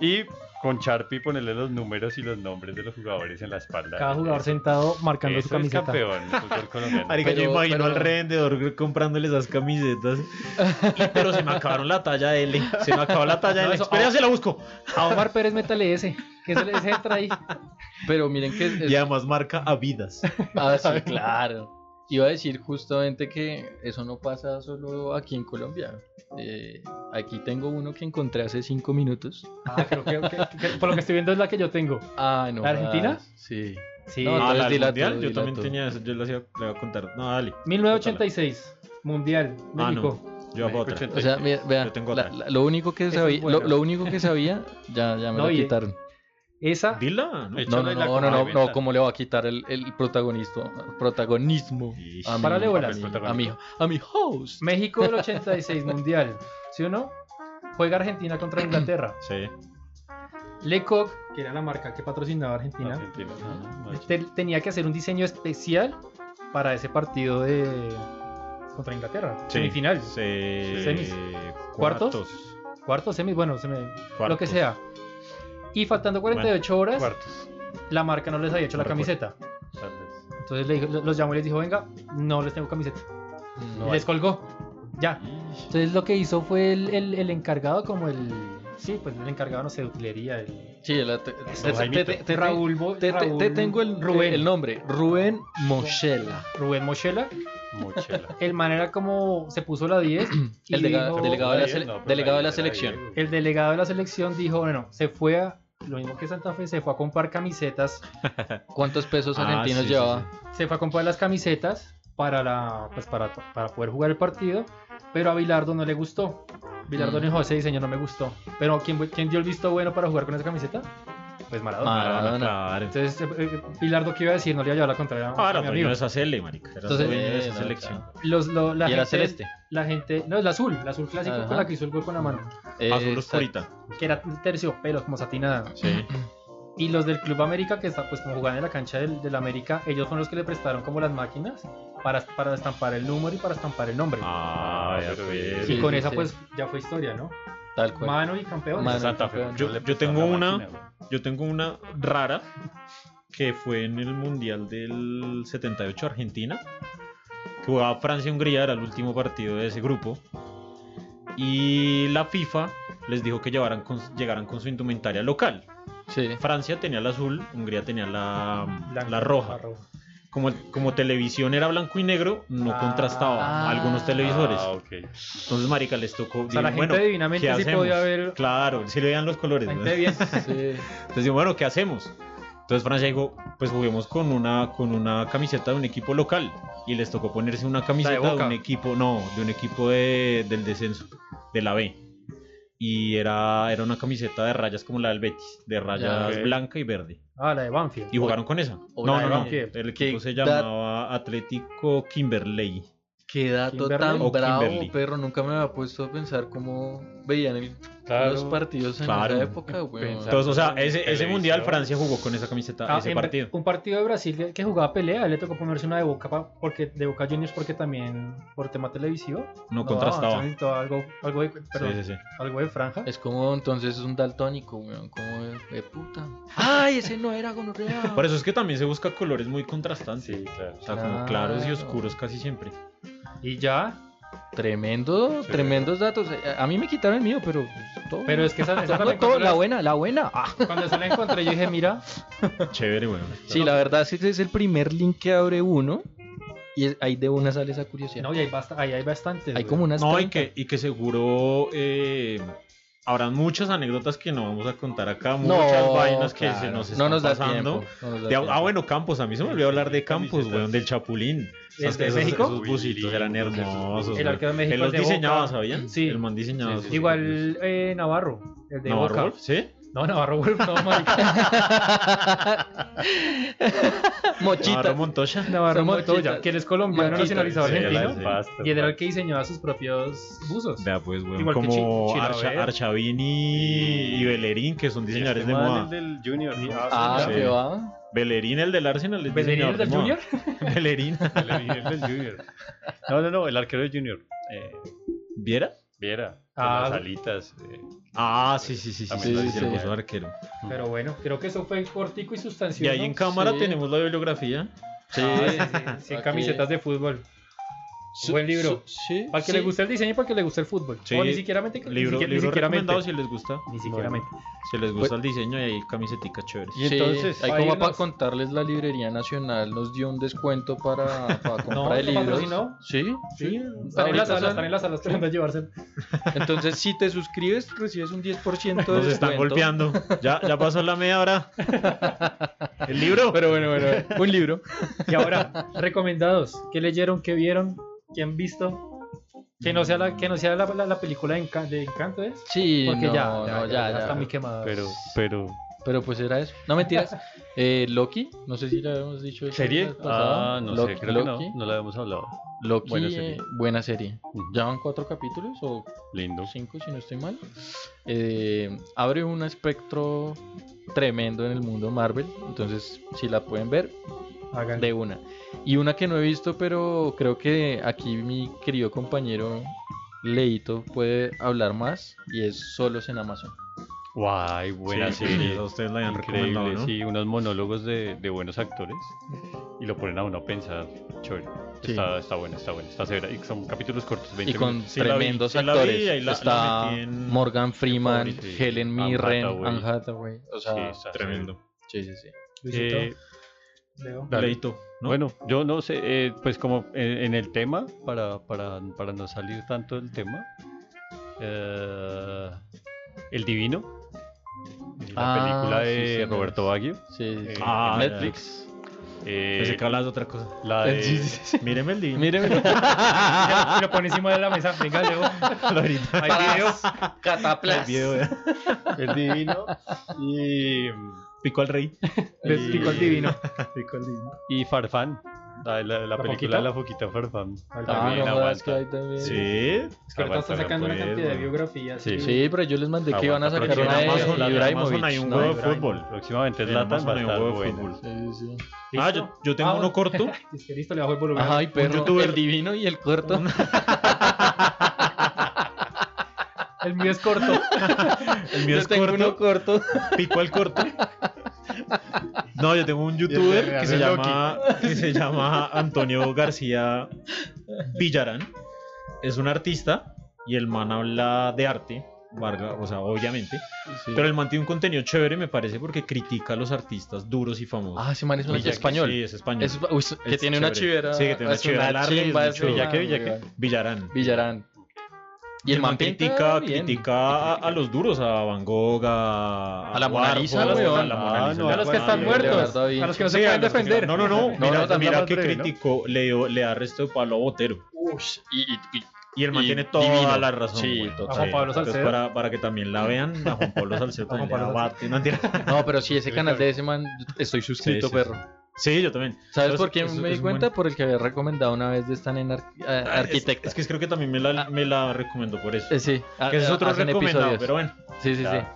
Speaker 6: Y con Sharpie ponerle los números y los nombres de los jugadores en la espalda.
Speaker 5: Cada jugador sentado marcando
Speaker 6: Eso
Speaker 5: su camiseta.
Speaker 6: Es campeón, el fútbol
Speaker 5: [laughs]
Speaker 6: colombiano.
Speaker 4: Marica, yo
Speaker 3: Pero-
Speaker 4: imagino
Speaker 3: pero-
Speaker 4: al revendedor comprándole esas camisetas. Y- pero se me acabaron la talla L. Se me acabó la talla
Speaker 5: No,
Speaker 4: L.
Speaker 5: eso-
Speaker 4: Espera,
Speaker 3: ah,
Speaker 4: se la busco.
Speaker 5: A Omar Pérez métale ese. Que ese, ese entra ahí.
Speaker 3: Pero miren que. es-
Speaker 4: Y además marca a vidas.
Speaker 3: Ah, sí, claro. Iba a decir justamente que eso no pasa solo aquí en Colombia. Eh, aquí tengo uno que encontré hace cinco minutos.
Speaker 5: Ah, creo que, que- que- por lo que estoy viendo es la que yo tengo.
Speaker 3: Ah, no.
Speaker 5: ¿La Argentina?
Speaker 3: jodas. Sí.
Speaker 5: Sí.
Speaker 3: No,
Speaker 4: Ah,
Speaker 3: Entonces,
Speaker 4: la del
Speaker 3: dila tú,
Speaker 4: mundial, yo
Speaker 3: dila
Speaker 4: también
Speaker 3: tú.
Speaker 4: tenía eso, yo la hacía- le iba a contar. No, dale.
Speaker 5: 1986. Mundial.
Speaker 4: Ah,
Speaker 5: México.
Speaker 4: no. Yo hago otra.
Speaker 3: O sea, mira, vea,
Speaker 4: Yo tengo
Speaker 3: la-
Speaker 4: otra.
Speaker 3: la- lo único que
Speaker 5: Esa es
Speaker 3: sabía,
Speaker 5: buena.
Speaker 3: lo, lo único que sabía, ya, ya me
Speaker 5: No,
Speaker 3: lo
Speaker 5: y-
Speaker 3: quitaron.
Speaker 5: Esa,
Speaker 4: Dila, ¿no?
Speaker 3: No, no,
Speaker 6: Échale la
Speaker 3: no, no, no,
Speaker 6: complementa.
Speaker 3: no, ¿cómo le va a quitar el, el protagonismo, protagonismo
Speaker 4: Ish.
Speaker 3: a mi,
Speaker 5: Párale bolas.
Speaker 3: a mi- a mi, a mi host?
Speaker 5: México del 86 Mundial, ¿sí o no? Juega Argentina contra Inglaterra.
Speaker 4: Sí.
Speaker 5: Lecoq, que era la marca que patrocinaba a Argentina,
Speaker 6: Argentina, ajá, macho.
Speaker 5: te- tenía que hacer un diseño especial para ese partido de contra Inglaterra.
Speaker 4: Sí.
Speaker 5: Semifinal,
Speaker 4: Se-
Speaker 5: Semis.
Speaker 4: Cuartos.
Speaker 5: cuartos, semis, bueno, se me- lo que
Speaker 4: Cuartos.
Speaker 5: sea. Y faltando 48 horas,
Speaker 6: Cuartos.
Speaker 5: la marca no les había hecho la
Speaker 4: Recuerdo.
Speaker 5: camiseta.
Speaker 6: tal vez.
Speaker 5: Entonces le dijo- los llamó y les dijo, venga, no les tengo camiseta.
Speaker 3: No
Speaker 5: y
Speaker 3: hay.
Speaker 5: les colgó. Ya. Entonces lo que hizo fue el, el- el encargado como el... Sí, pues el encargado, no sé, de utilería. El,
Speaker 3: Sí, la te,
Speaker 5: Te-
Speaker 4: Jaimito.
Speaker 3: te- te-
Speaker 5: Raúl, Bo-
Speaker 3: te- te-
Speaker 5: Raúl
Speaker 3: te tengo el,
Speaker 5: Rubén.
Speaker 3: el nombre, Rubén Moschela.
Speaker 5: Rubén Moschela.
Speaker 6: Mochela.
Speaker 5: El man era como... Se puso la 10.
Speaker 3: [clears throat]
Speaker 5: y
Speaker 3: El dega-
Speaker 5: dijo-
Speaker 3: delegado de la,
Speaker 6: Está bien,
Speaker 3: sele-
Speaker 6: no, pero
Speaker 3: delegado de
Speaker 6: ahí
Speaker 3: la
Speaker 6: era
Speaker 3: selección.
Speaker 6: Diego.
Speaker 5: el delegado de la selección dijo, bueno, se fue a... Lo mismo que Santa Fe, se fue a comprar camisetas.
Speaker 3: ¿Cuántos pesos
Speaker 4: Ah,
Speaker 3: argentinos
Speaker 4: sí, sí,
Speaker 3: llevaba?
Speaker 5: Se fue a comprar las camisetas para, la, pues para, para poder jugar el partido. Pero a Bilardo no le gustó. Bilardo
Speaker 3: Mm.
Speaker 5: le dijo, ese diseño no me gustó. Pero ¿quién, ¿quién dio el visto bueno para jugar con esa camiseta? Pues Maradona.
Speaker 3: Ah.
Speaker 4: Maradona,
Speaker 3: Maradona.
Speaker 4: Ah, claro.
Speaker 5: Entonces, eh, eh, Pilardo, ¿qué iba a decir? No le iba a llevar la contraria a-
Speaker 3: Ah,
Speaker 5: a
Speaker 4: Ahora,
Speaker 5: mi
Speaker 4: dueño
Speaker 5: amigo.
Speaker 4: de esa cele, marica. Era
Speaker 5: Entonces,
Speaker 4: dueño de
Speaker 3: eh,
Speaker 4: esa
Speaker 3: no,
Speaker 4: selección.
Speaker 5: Los, lo- la
Speaker 3: Y era
Speaker 5: gente,
Speaker 3: celeste.
Speaker 5: La gente... No, el azul. El azul clásico
Speaker 3: Ajá.
Speaker 5: con la que hizo el gol con la mano.
Speaker 4: Azul
Speaker 3: Eh,
Speaker 4: oscurita.
Speaker 5: Que era terciopelo, como satinada.
Speaker 4: Sí.
Speaker 5: Y los del Club América, que está, pues como jugaban en la cancha del, del América, ellos son los que le prestaron como las máquinas para, para estampar el número y para estampar el nombre.
Speaker 4: Ah, ya
Speaker 6: pero
Speaker 4: ves.
Speaker 5: y
Speaker 3: sí,
Speaker 5: con
Speaker 3: sí,
Speaker 5: esa,
Speaker 3: sí.
Speaker 5: pues, ya fue historia, ¿no?
Speaker 3: tal cual.
Speaker 5: Mano y campeón.
Speaker 3: Mano.
Speaker 6: Santa Fe.
Speaker 3: Yo-
Speaker 6: le
Speaker 4: yo
Speaker 6: prestaron
Speaker 4: tengo
Speaker 6: la
Speaker 4: una-
Speaker 6: máquina, güey.
Speaker 4: Yo tengo una rara que fue en el Mundial del 78 Argentina, que jugaba Francia-Hungría, era el último partido de ese grupo. Y la FIFA les dijo que llevaran con- llegaran con su indumentaria local.
Speaker 3: Sí.
Speaker 4: Francia tenía la azul, Hungría tenía la, la roja. Como, como televisión era blanco y negro, no
Speaker 5: Ah.
Speaker 4: contrastaba a algunos televisores.
Speaker 6: Ah, ok.
Speaker 4: Entonces, Marica les tocó.
Speaker 5: O sea, la
Speaker 4: dijeron,
Speaker 5: gente
Speaker 4: bueno,
Speaker 5: divinamente
Speaker 4: ¿qué
Speaker 5: sí
Speaker 4: hacemos?
Speaker 5: podía ver...
Speaker 4: Claro, sí le veían los colores.
Speaker 5: La
Speaker 4: ¿no?
Speaker 5: gente bien.
Speaker 3: sí.
Speaker 4: Entonces digo, bueno, ¿qué hacemos? Entonces Francia dijo, pues juguemos con una, con una camiseta de un equipo local. Y les tocó ponerse una camiseta de,
Speaker 5: Boca.
Speaker 4: un equipo, no, de un equipo de- del descenso, de la B. Y era, era una camiseta de rayas como la del Betis, de rayas
Speaker 6: ok.
Speaker 4: blanca y verde.
Speaker 5: Ah, la de Banfield.
Speaker 4: Y jugaron con esa.
Speaker 3: o
Speaker 4: no,
Speaker 3: la
Speaker 4: no,
Speaker 5: de
Speaker 4: no.
Speaker 5: Banfield.
Speaker 4: El equipo
Speaker 3: Que
Speaker 4: se
Speaker 3: da-
Speaker 4: llamaba Atlético Kimberley.
Speaker 3: Qué dato
Speaker 5: Kimberly
Speaker 3: tan
Speaker 4: o
Speaker 3: bravo,
Speaker 4: Kimberly.
Speaker 3: perro. Nunca me había puesto a pensar cómo veían el- los
Speaker 6: Claro.
Speaker 3: partidos en
Speaker 4: Claro.
Speaker 3: esa época, weón.
Speaker 6: Pensar.
Speaker 4: Entonces, o sea, ese, ese
Speaker 6: Televisión.
Speaker 4: mundial Francia jugó con esa camiseta,
Speaker 5: Ah,
Speaker 4: ese
Speaker 5: en-
Speaker 4: partido.
Speaker 5: Un partido de Brasil que- que jugaba pelea, le tocó ponerse una de Boca pa- porque de Boca Juniors porque también por tema televisivo.
Speaker 4: No contrastaba.
Speaker 5: entonces necesitaba algo, algo de, perdón,
Speaker 4: Sí, sí, sí.
Speaker 5: algo de franja.
Speaker 3: Es como entonces un daltónico, weón. Como de, de puta. ¡Ay, ese no era [laughs] gonorrea!
Speaker 4: Por eso es que también se busca colores muy contrastantes.
Speaker 6: Sí, claro.
Speaker 4: O sea, como claros y
Speaker 3: Claro.
Speaker 4: oscuros casi siempre.
Speaker 5: Y ya.
Speaker 3: Tremendo, tremendos datos. Eh, A- A mí me quitaron el mío, pero pues, todo.
Speaker 5: Pero es que esa, esa
Speaker 3: No,
Speaker 5: también
Speaker 3: todo,
Speaker 5: cuando,
Speaker 3: la
Speaker 5: la,
Speaker 3: buena, la buena. Ah.
Speaker 5: cuando se la encontré yo dije, mira,
Speaker 4: Chévere, weón.
Speaker 3: Sí, la verdad sí, ese es el primer link que abre uno. Y es- ahí de una sale esa curiosidad.
Speaker 5: no, y hay, bast ahí hay bastantes.
Speaker 3: Hay
Speaker 5: güey.
Speaker 3: como unas.
Speaker 4: No, y
Speaker 3: 30.
Speaker 4: que, y que seguro eh, habrán muchas anécdotas que no vamos a contar acá,
Speaker 3: No,
Speaker 4: muchas vainas que se
Speaker 3: claro,
Speaker 4: nos están
Speaker 3: no nos da
Speaker 4: pasando.
Speaker 3: tiempo, no nos da
Speaker 4: De-
Speaker 3: tiempo.
Speaker 4: ah, bueno, Campos, a mí se me olvidó hablar de Campos,
Speaker 6: Camisetas.
Speaker 4: weón, del Chapulín.
Speaker 5: ¿El
Speaker 4: Esas-
Speaker 5: de
Speaker 4: esos-
Speaker 5: México?
Speaker 4: Esos bucitos eran hermosos.
Speaker 5: El
Speaker 4: weón.
Speaker 5: arquero de México,
Speaker 4: Él los
Speaker 5: el de Boca.
Speaker 4: diseñaba, ¿sabían?
Speaker 5: Sí.
Speaker 4: El man diseñaba.
Speaker 6: Sí, sí,
Speaker 4: sus-
Speaker 6: sí.
Speaker 5: Igual eh, Navarro, el de
Speaker 4: ¿Navarro
Speaker 5: Boca.
Speaker 4: Wolf? ¿Sí?
Speaker 5: No, Navarro Wolf,
Speaker 3: [laughs]
Speaker 5: no, marica.
Speaker 3: Mochita.
Speaker 4: Navarro Montoya.
Speaker 5: Navarro
Speaker 3: Son
Speaker 5: Montoya,
Speaker 3: mochitas.
Speaker 5: que él es colombiano
Speaker 3: Mochitas.
Speaker 5: nacionalizado
Speaker 4: Sí,
Speaker 5: argentino.
Speaker 4: las-
Speaker 5: Y él era el que diseñaba sus propios buzos.
Speaker 4: Vea pues, weón,
Speaker 5: Igual que
Speaker 4: como
Speaker 5: Chi- Chilavert.
Speaker 4: Archa- Archavín y, y Bellerín, que son diseñadores
Speaker 6: este
Speaker 4: de moda.
Speaker 6: del Junior.
Speaker 3: Ah,
Speaker 4: sí.
Speaker 3: que va.
Speaker 4: Bellerín, el del Arsenal, es
Speaker 5: ¿Bellerín
Speaker 4: diseñador
Speaker 5: el Pues, del
Speaker 4: de moda.
Speaker 5: Junior? [laughs]
Speaker 4: Bellerín.
Speaker 6: El Ariel del Junior. No, no, no, el arquero del Junior. Eh,
Speaker 4: ¿Viera?
Speaker 6: Viera. con
Speaker 5: Ah.
Speaker 6: las alitas. eh,
Speaker 4: Ah, sí, sí, sí, sí,
Speaker 6: También
Speaker 4: sí,
Speaker 6: lo
Speaker 4: sí,
Speaker 6: diseñó.
Speaker 4: lo puso arquero.
Speaker 5: Pero bueno, creo que eso fue cortico y
Speaker 4: Y
Speaker 5: sustancioso.
Speaker 4: Mm. ahí en cámara
Speaker 3: Sí.
Speaker 4: tenemos la bibliografía.
Speaker 3: Sí.
Speaker 5: Ah, sí, sí, sí,
Speaker 3: Aquí.
Speaker 5: camisetas de fútbol.
Speaker 3: Su-
Speaker 5: Buen libro.
Speaker 3: su- Sí.
Speaker 5: Para que
Speaker 3: sí.
Speaker 5: le guste el diseño y para que le guste el fútbol.
Speaker 4: Sí.
Speaker 5: O ni siquiera mente. ni
Speaker 4: Libro,
Speaker 5: siquiera- ni
Speaker 4: libro
Speaker 5: siquiera mente.
Speaker 4: recomendado si les gusta.
Speaker 5: Ni siquiera
Speaker 4: Bueno,
Speaker 5: mente.
Speaker 4: Si les
Speaker 6: Pues-
Speaker 4: gusta el diseño, y hay camiseticas chéveres.
Speaker 6: Y entonces,
Speaker 3: Sí, ahí
Speaker 5: hay
Speaker 3: como
Speaker 5: unos-
Speaker 3: para contarles, la Librería Nacional nos dio un descuento
Speaker 6: [laughs]
Speaker 3: para, para comprar el
Speaker 5: ¿te
Speaker 3: libro.
Speaker 5: patrocinó?
Speaker 3: Sí,
Speaker 5: Sí,
Speaker 3: sí.
Speaker 5: están en
Speaker 3: Ahorita
Speaker 5: las salas,
Speaker 3: salen.
Speaker 5: están en las salas esperando a llevarse.
Speaker 3: Entonces, si te suscribes, recibes un 10% de
Speaker 4: Nos están
Speaker 3: descuento.
Speaker 4: golpeando. Ya, ya pasó la media
Speaker 5: [laughs]
Speaker 4: hora. El libro.
Speaker 3: Pero bueno, bueno, bueno, un libro.
Speaker 5: Y ahora, recomendados. ¿Qué leyeron? ¿Qué vieron? ¿Qué han visto? Que no sea la, que no sea la, la- la película de, Enca- de Encanto, ¿es?
Speaker 3: Sí,
Speaker 5: Porque
Speaker 3: no,
Speaker 5: ya,
Speaker 3: no, ya, ya,
Speaker 5: está muy quemado.
Speaker 6: pero, pero,
Speaker 3: Pero pues era eso. No mentiras. Eh, Loki, no sé si ya habíamos dicho. eso la
Speaker 6: ¿Serie?
Speaker 3: vez pasada.
Speaker 6: Ah, no
Speaker 3: Loki,
Speaker 6: sé, creo que no.
Speaker 3: Loki,
Speaker 6: No la habíamos hablado.
Speaker 3: Loki,
Speaker 6: Buena serie.
Speaker 3: eh, buena serie.
Speaker 6: Ujú.
Speaker 3: ¿Ya van cuatro capítulos o
Speaker 6: Lindo.
Speaker 3: cinco, si no estoy mal? Eh, abre un espectro tremendo en el mundo Marvel. Entonces, si la pueden ver,
Speaker 5: Hagan.
Speaker 3: de una. Y una que no he visto, pero creo que aquí mi querido compañero Leito puede hablar más. Y es Solos en Amazon.
Speaker 6: Guay, buena
Speaker 4: Sí,
Speaker 6: serie.
Speaker 4: esa ustedes la habían recomendado,
Speaker 6: Increíble,
Speaker 4: ¿no?
Speaker 6: sí, unos monólogos de, de buenos actores y lo ponen a uno a pensar, chévere.
Speaker 3: Sí.
Speaker 6: Está, está buena, está buena, está severa. Y son capítulos cortos, 20
Speaker 3: Y con
Speaker 6: minutos.
Speaker 4: Sí, la vi,
Speaker 3: tremendos
Speaker 4: sí, la vi,
Speaker 3: actores.
Speaker 4: ahí la- la
Speaker 3: Está
Speaker 4: metí en-
Speaker 3: Morgan Freeman,
Speaker 6: favorito, sí.
Speaker 3: Helen
Speaker 6: Anne
Speaker 3: Mirren,
Speaker 6: Hathaway.
Speaker 3: Anne Hathaway. O
Speaker 6: Sí,
Speaker 3: sea,
Speaker 6: está
Speaker 4: Tremendo.
Speaker 3: sí, sí, sí.
Speaker 5: Luisito,
Speaker 6: Eh,
Speaker 5: Leo.
Speaker 6: Dale.
Speaker 4: Leito, ¿no?
Speaker 6: Bueno, yo no sé, eh, pues como en, en el tema, para, para, para no salir tanto del tema, eh, El Divino, la
Speaker 3: Ah,
Speaker 6: película de
Speaker 3: sí, señor.
Speaker 6: Roberto Baggio,
Speaker 3: Sí, sí,
Speaker 6: eh,
Speaker 3: sí.
Speaker 4: Ah,
Speaker 6: en
Speaker 4: ya.
Speaker 6: Netflix.
Speaker 4: Pensé
Speaker 6: Eh,
Speaker 4: que hablabas de otra
Speaker 6: [laughs]
Speaker 4: cosa.
Speaker 6: la de-
Speaker 3: Sí, sí, sí.
Speaker 4: Míreme el divino.
Speaker 3: Míreme.
Speaker 4: [laughs]
Speaker 5: Y lo pone encima de la mesa. Venga, Leo. Hay videos.
Speaker 4: el
Speaker 3: Cataplas.
Speaker 4: video.
Speaker 6: El Divino y...
Speaker 4: Pico al rey.
Speaker 5: Ves, Pico al divino.
Speaker 4: Pico al divino.
Speaker 6: Y Farfán, la, la- la película
Speaker 5: foquita?
Speaker 6: de la foquita Farfán.
Speaker 5: Ah,
Speaker 3: Ah,
Speaker 6: También
Speaker 3: no jodas
Speaker 6: aguanta.
Speaker 3: que hay también. Sí.
Speaker 4: Sí.
Speaker 5: Es que ahorita está
Speaker 6: Aguanta,
Speaker 5: sacando una
Speaker 6: Gabriel,
Speaker 5: cantidad de
Speaker 6: bueno.
Speaker 5: biografías.
Speaker 6: Sí.
Speaker 3: pero yo les mandé que iban a sacar
Speaker 6: Aguanta, pero
Speaker 3: una
Speaker 6: en
Speaker 3: de
Speaker 6: Amazon- la de
Speaker 3: Ibrahimovic.
Speaker 4: Amazon hay un
Speaker 3: ¿no?
Speaker 6: Juego de
Speaker 4: Ibrahim.
Speaker 6: fútbol. Próximamente
Speaker 4: En
Speaker 6: Zlatan va a
Speaker 4: Amazon hay un
Speaker 6: estar
Speaker 4: juego de
Speaker 6: bueno.
Speaker 4: fútbol.
Speaker 3: Sí, sí, sí.
Speaker 4: Ah, yo, yo tengo
Speaker 5: Ah,
Speaker 4: uno
Speaker 5: bueno.
Speaker 4: corto.
Speaker 5: Es que listo, le bajo el volumen.
Speaker 3: Ajá, y perro,
Speaker 4: youtuber.
Speaker 3: el divino y el corto.
Speaker 5: El mío es corto.
Speaker 4: El mío
Speaker 3: Yo
Speaker 4: es
Speaker 3: tengo
Speaker 4: corto.
Speaker 3: uno corto.
Speaker 4: [laughs] Pico
Speaker 3: [laughs]
Speaker 4: al corto. No, yo tengo un youtuber que se llama, que se llama Antonio García Villarán. Es un artista y el man habla de arte, Varga, o sea, obviamente.
Speaker 3: Sí.
Speaker 4: Pero el man tiene un contenido chévere, me parece, porque critica a los artistas duros y famosos.
Speaker 3: Ah, sí, man, es un
Speaker 4: Villaki,
Speaker 3: español.
Speaker 4: Sí, es español.
Speaker 3: Es- uy, que
Speaker 4: Es
Speaker 3: tiene una
Speaker 4: chévere.
Speaker 3: chivera.
Speaker 4: Sí, que tiene una
Speaker 3: es
Speaker 4: chivera larga y es
Speaker 3: chimba
Speaker 4: muy
Speaker 3: esa
Speaker 4: chévere.
Speaker 3: man,
Speaker 6: Villaque, Villaque.
Speaker 3: weón.
Speaker 4: Villarán.
Speaker 3: Villarán.
Speaker 4: Y el man
Speaker 3: pinta
Speaker 4: critica,
Speaker 3: ah, bien.
Speaker 4: critica a, a los duros, a Van Gogh, a,
Speaker 3: A la Mona Lisa,
Speaker 4: Warhol,
Speaker 3: weón.
Speaker 4: a la Mona
Speaker 6: Ah,
Speaker 4: Lisa,
Speaker 6: no,
Speaker 4: la
Speaker 5: A los que
Speaker 4: Mona
Speaker 5: están
Speaker 4: Lisa.
Speaker 5: muertos.
Speaker 3: Leonardo da
Speaker 5: A los que no
Speaker 4: Sí,
Speaker 5: se
Speaker 4: a
Speaker 5: pueden
Speaker 4: los que
Speaker 5: defender.
Speaker 4: No, no, no.
Speaker 3: No,
Speaker 4: Mira,
Speaker 3: no, tan-
Speaker 4: mira
Speaker 3: tan
Speaker 4: que
Speaker 6: breve, ¿no?
Speaker 4: criticó, le, dio- le da resto de Pablo Botero.
Speaker 3: Ush, y, y- y-
Speaker 4: Y el man
Speaker 3: Y
Speaker 4: tiene toda
Speaker 3: divino.
Speaker 4: la razón.
Speaker 3: Sí,
Speaker 4: güey.
Speaker 3: total.
Speaker 5: A Juan Pablo
Speaker 4: Entonces,
Speaker 5: Salcedo.
Speaker 4: para, para que también la vean, a Juan Pablo Salcedo
Speaker 5: A Juan
Speaker 4: también le da
Speaker 5: Pablo
Speaker 4: bate. No, mentira.
Speaker 3: No, pero sí, ese canal de ese man, yo estoy suscrito,
Speaker 4: Sí, sí,
Speaker 3: perro.
Speaker 4: Sí, yo también.
Speaker 3: ¿Sabes
Speaker 4: Entonces,
Speaker 3: por qué
Speaker 4: es-
Speaker 3: me
Speaker 4: es
Speaker 3: di
Speaker 4: un
Speaker 3: cuenta?
Speaker 4: buen-
Speaker 3: Por el que había recomendado una vez de estar en ar- a-
Speaker 4: Ah, es-
Speaker 3: Arquitecta.
Speaker 4: Es, que creo que también me la, me la recomendó por eso.
Speaker 3: Eh, sí, a-
Speaker 4: que ese es
Speaker 3: a-
Speaker 4: otro
Speaker 3: hacen
Speaker 4: recomendado,
Speaker 3: episodios.
Speaker 4: pero bueno.
Speaker 3: Sí, sí, sí.
Speaker 6: Ya.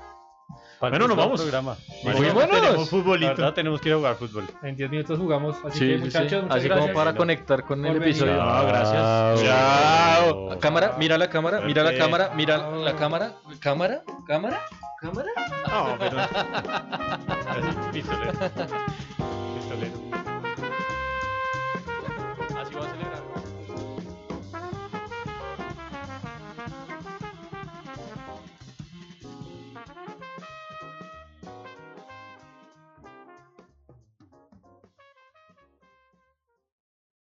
Speaker 4: Bueno, nos vamos.
Speaker 6: Programa.
Speaker 3: Bueno,
Speaker 6: Mañana
Speaker 3: vámonos.
Speaker 6: tenemos futbolito. La verdad, tenemos que ir a jugar fútbol.
Speaker 5: En 10 minutos jugamos. Así
Speaker 3: Sí,
Speaker 5: que,
Speaker 3: sí, sí.
Speaker 5: muchachos, muchas
Speaker 3: Así
Speaker 5: gracias.
Speaker 3: como para conectar con
Speaker 5: por
Speaker 3: el
Speaker 5: venir.
Speaker 3: episodio.
Speaker 4: Ah, gracias.
Speaker 6: Chao.
Speaker 3: Cámara, mira la cámara, mira la
Speaker 4: Suerte.
Speaker 3: cámara, mira la cámara, cámara, cámara, cámara.
Speaker 6: [laughs]
Speaker 4: No, pero-
Speaker 6: Gracias, Pistolet.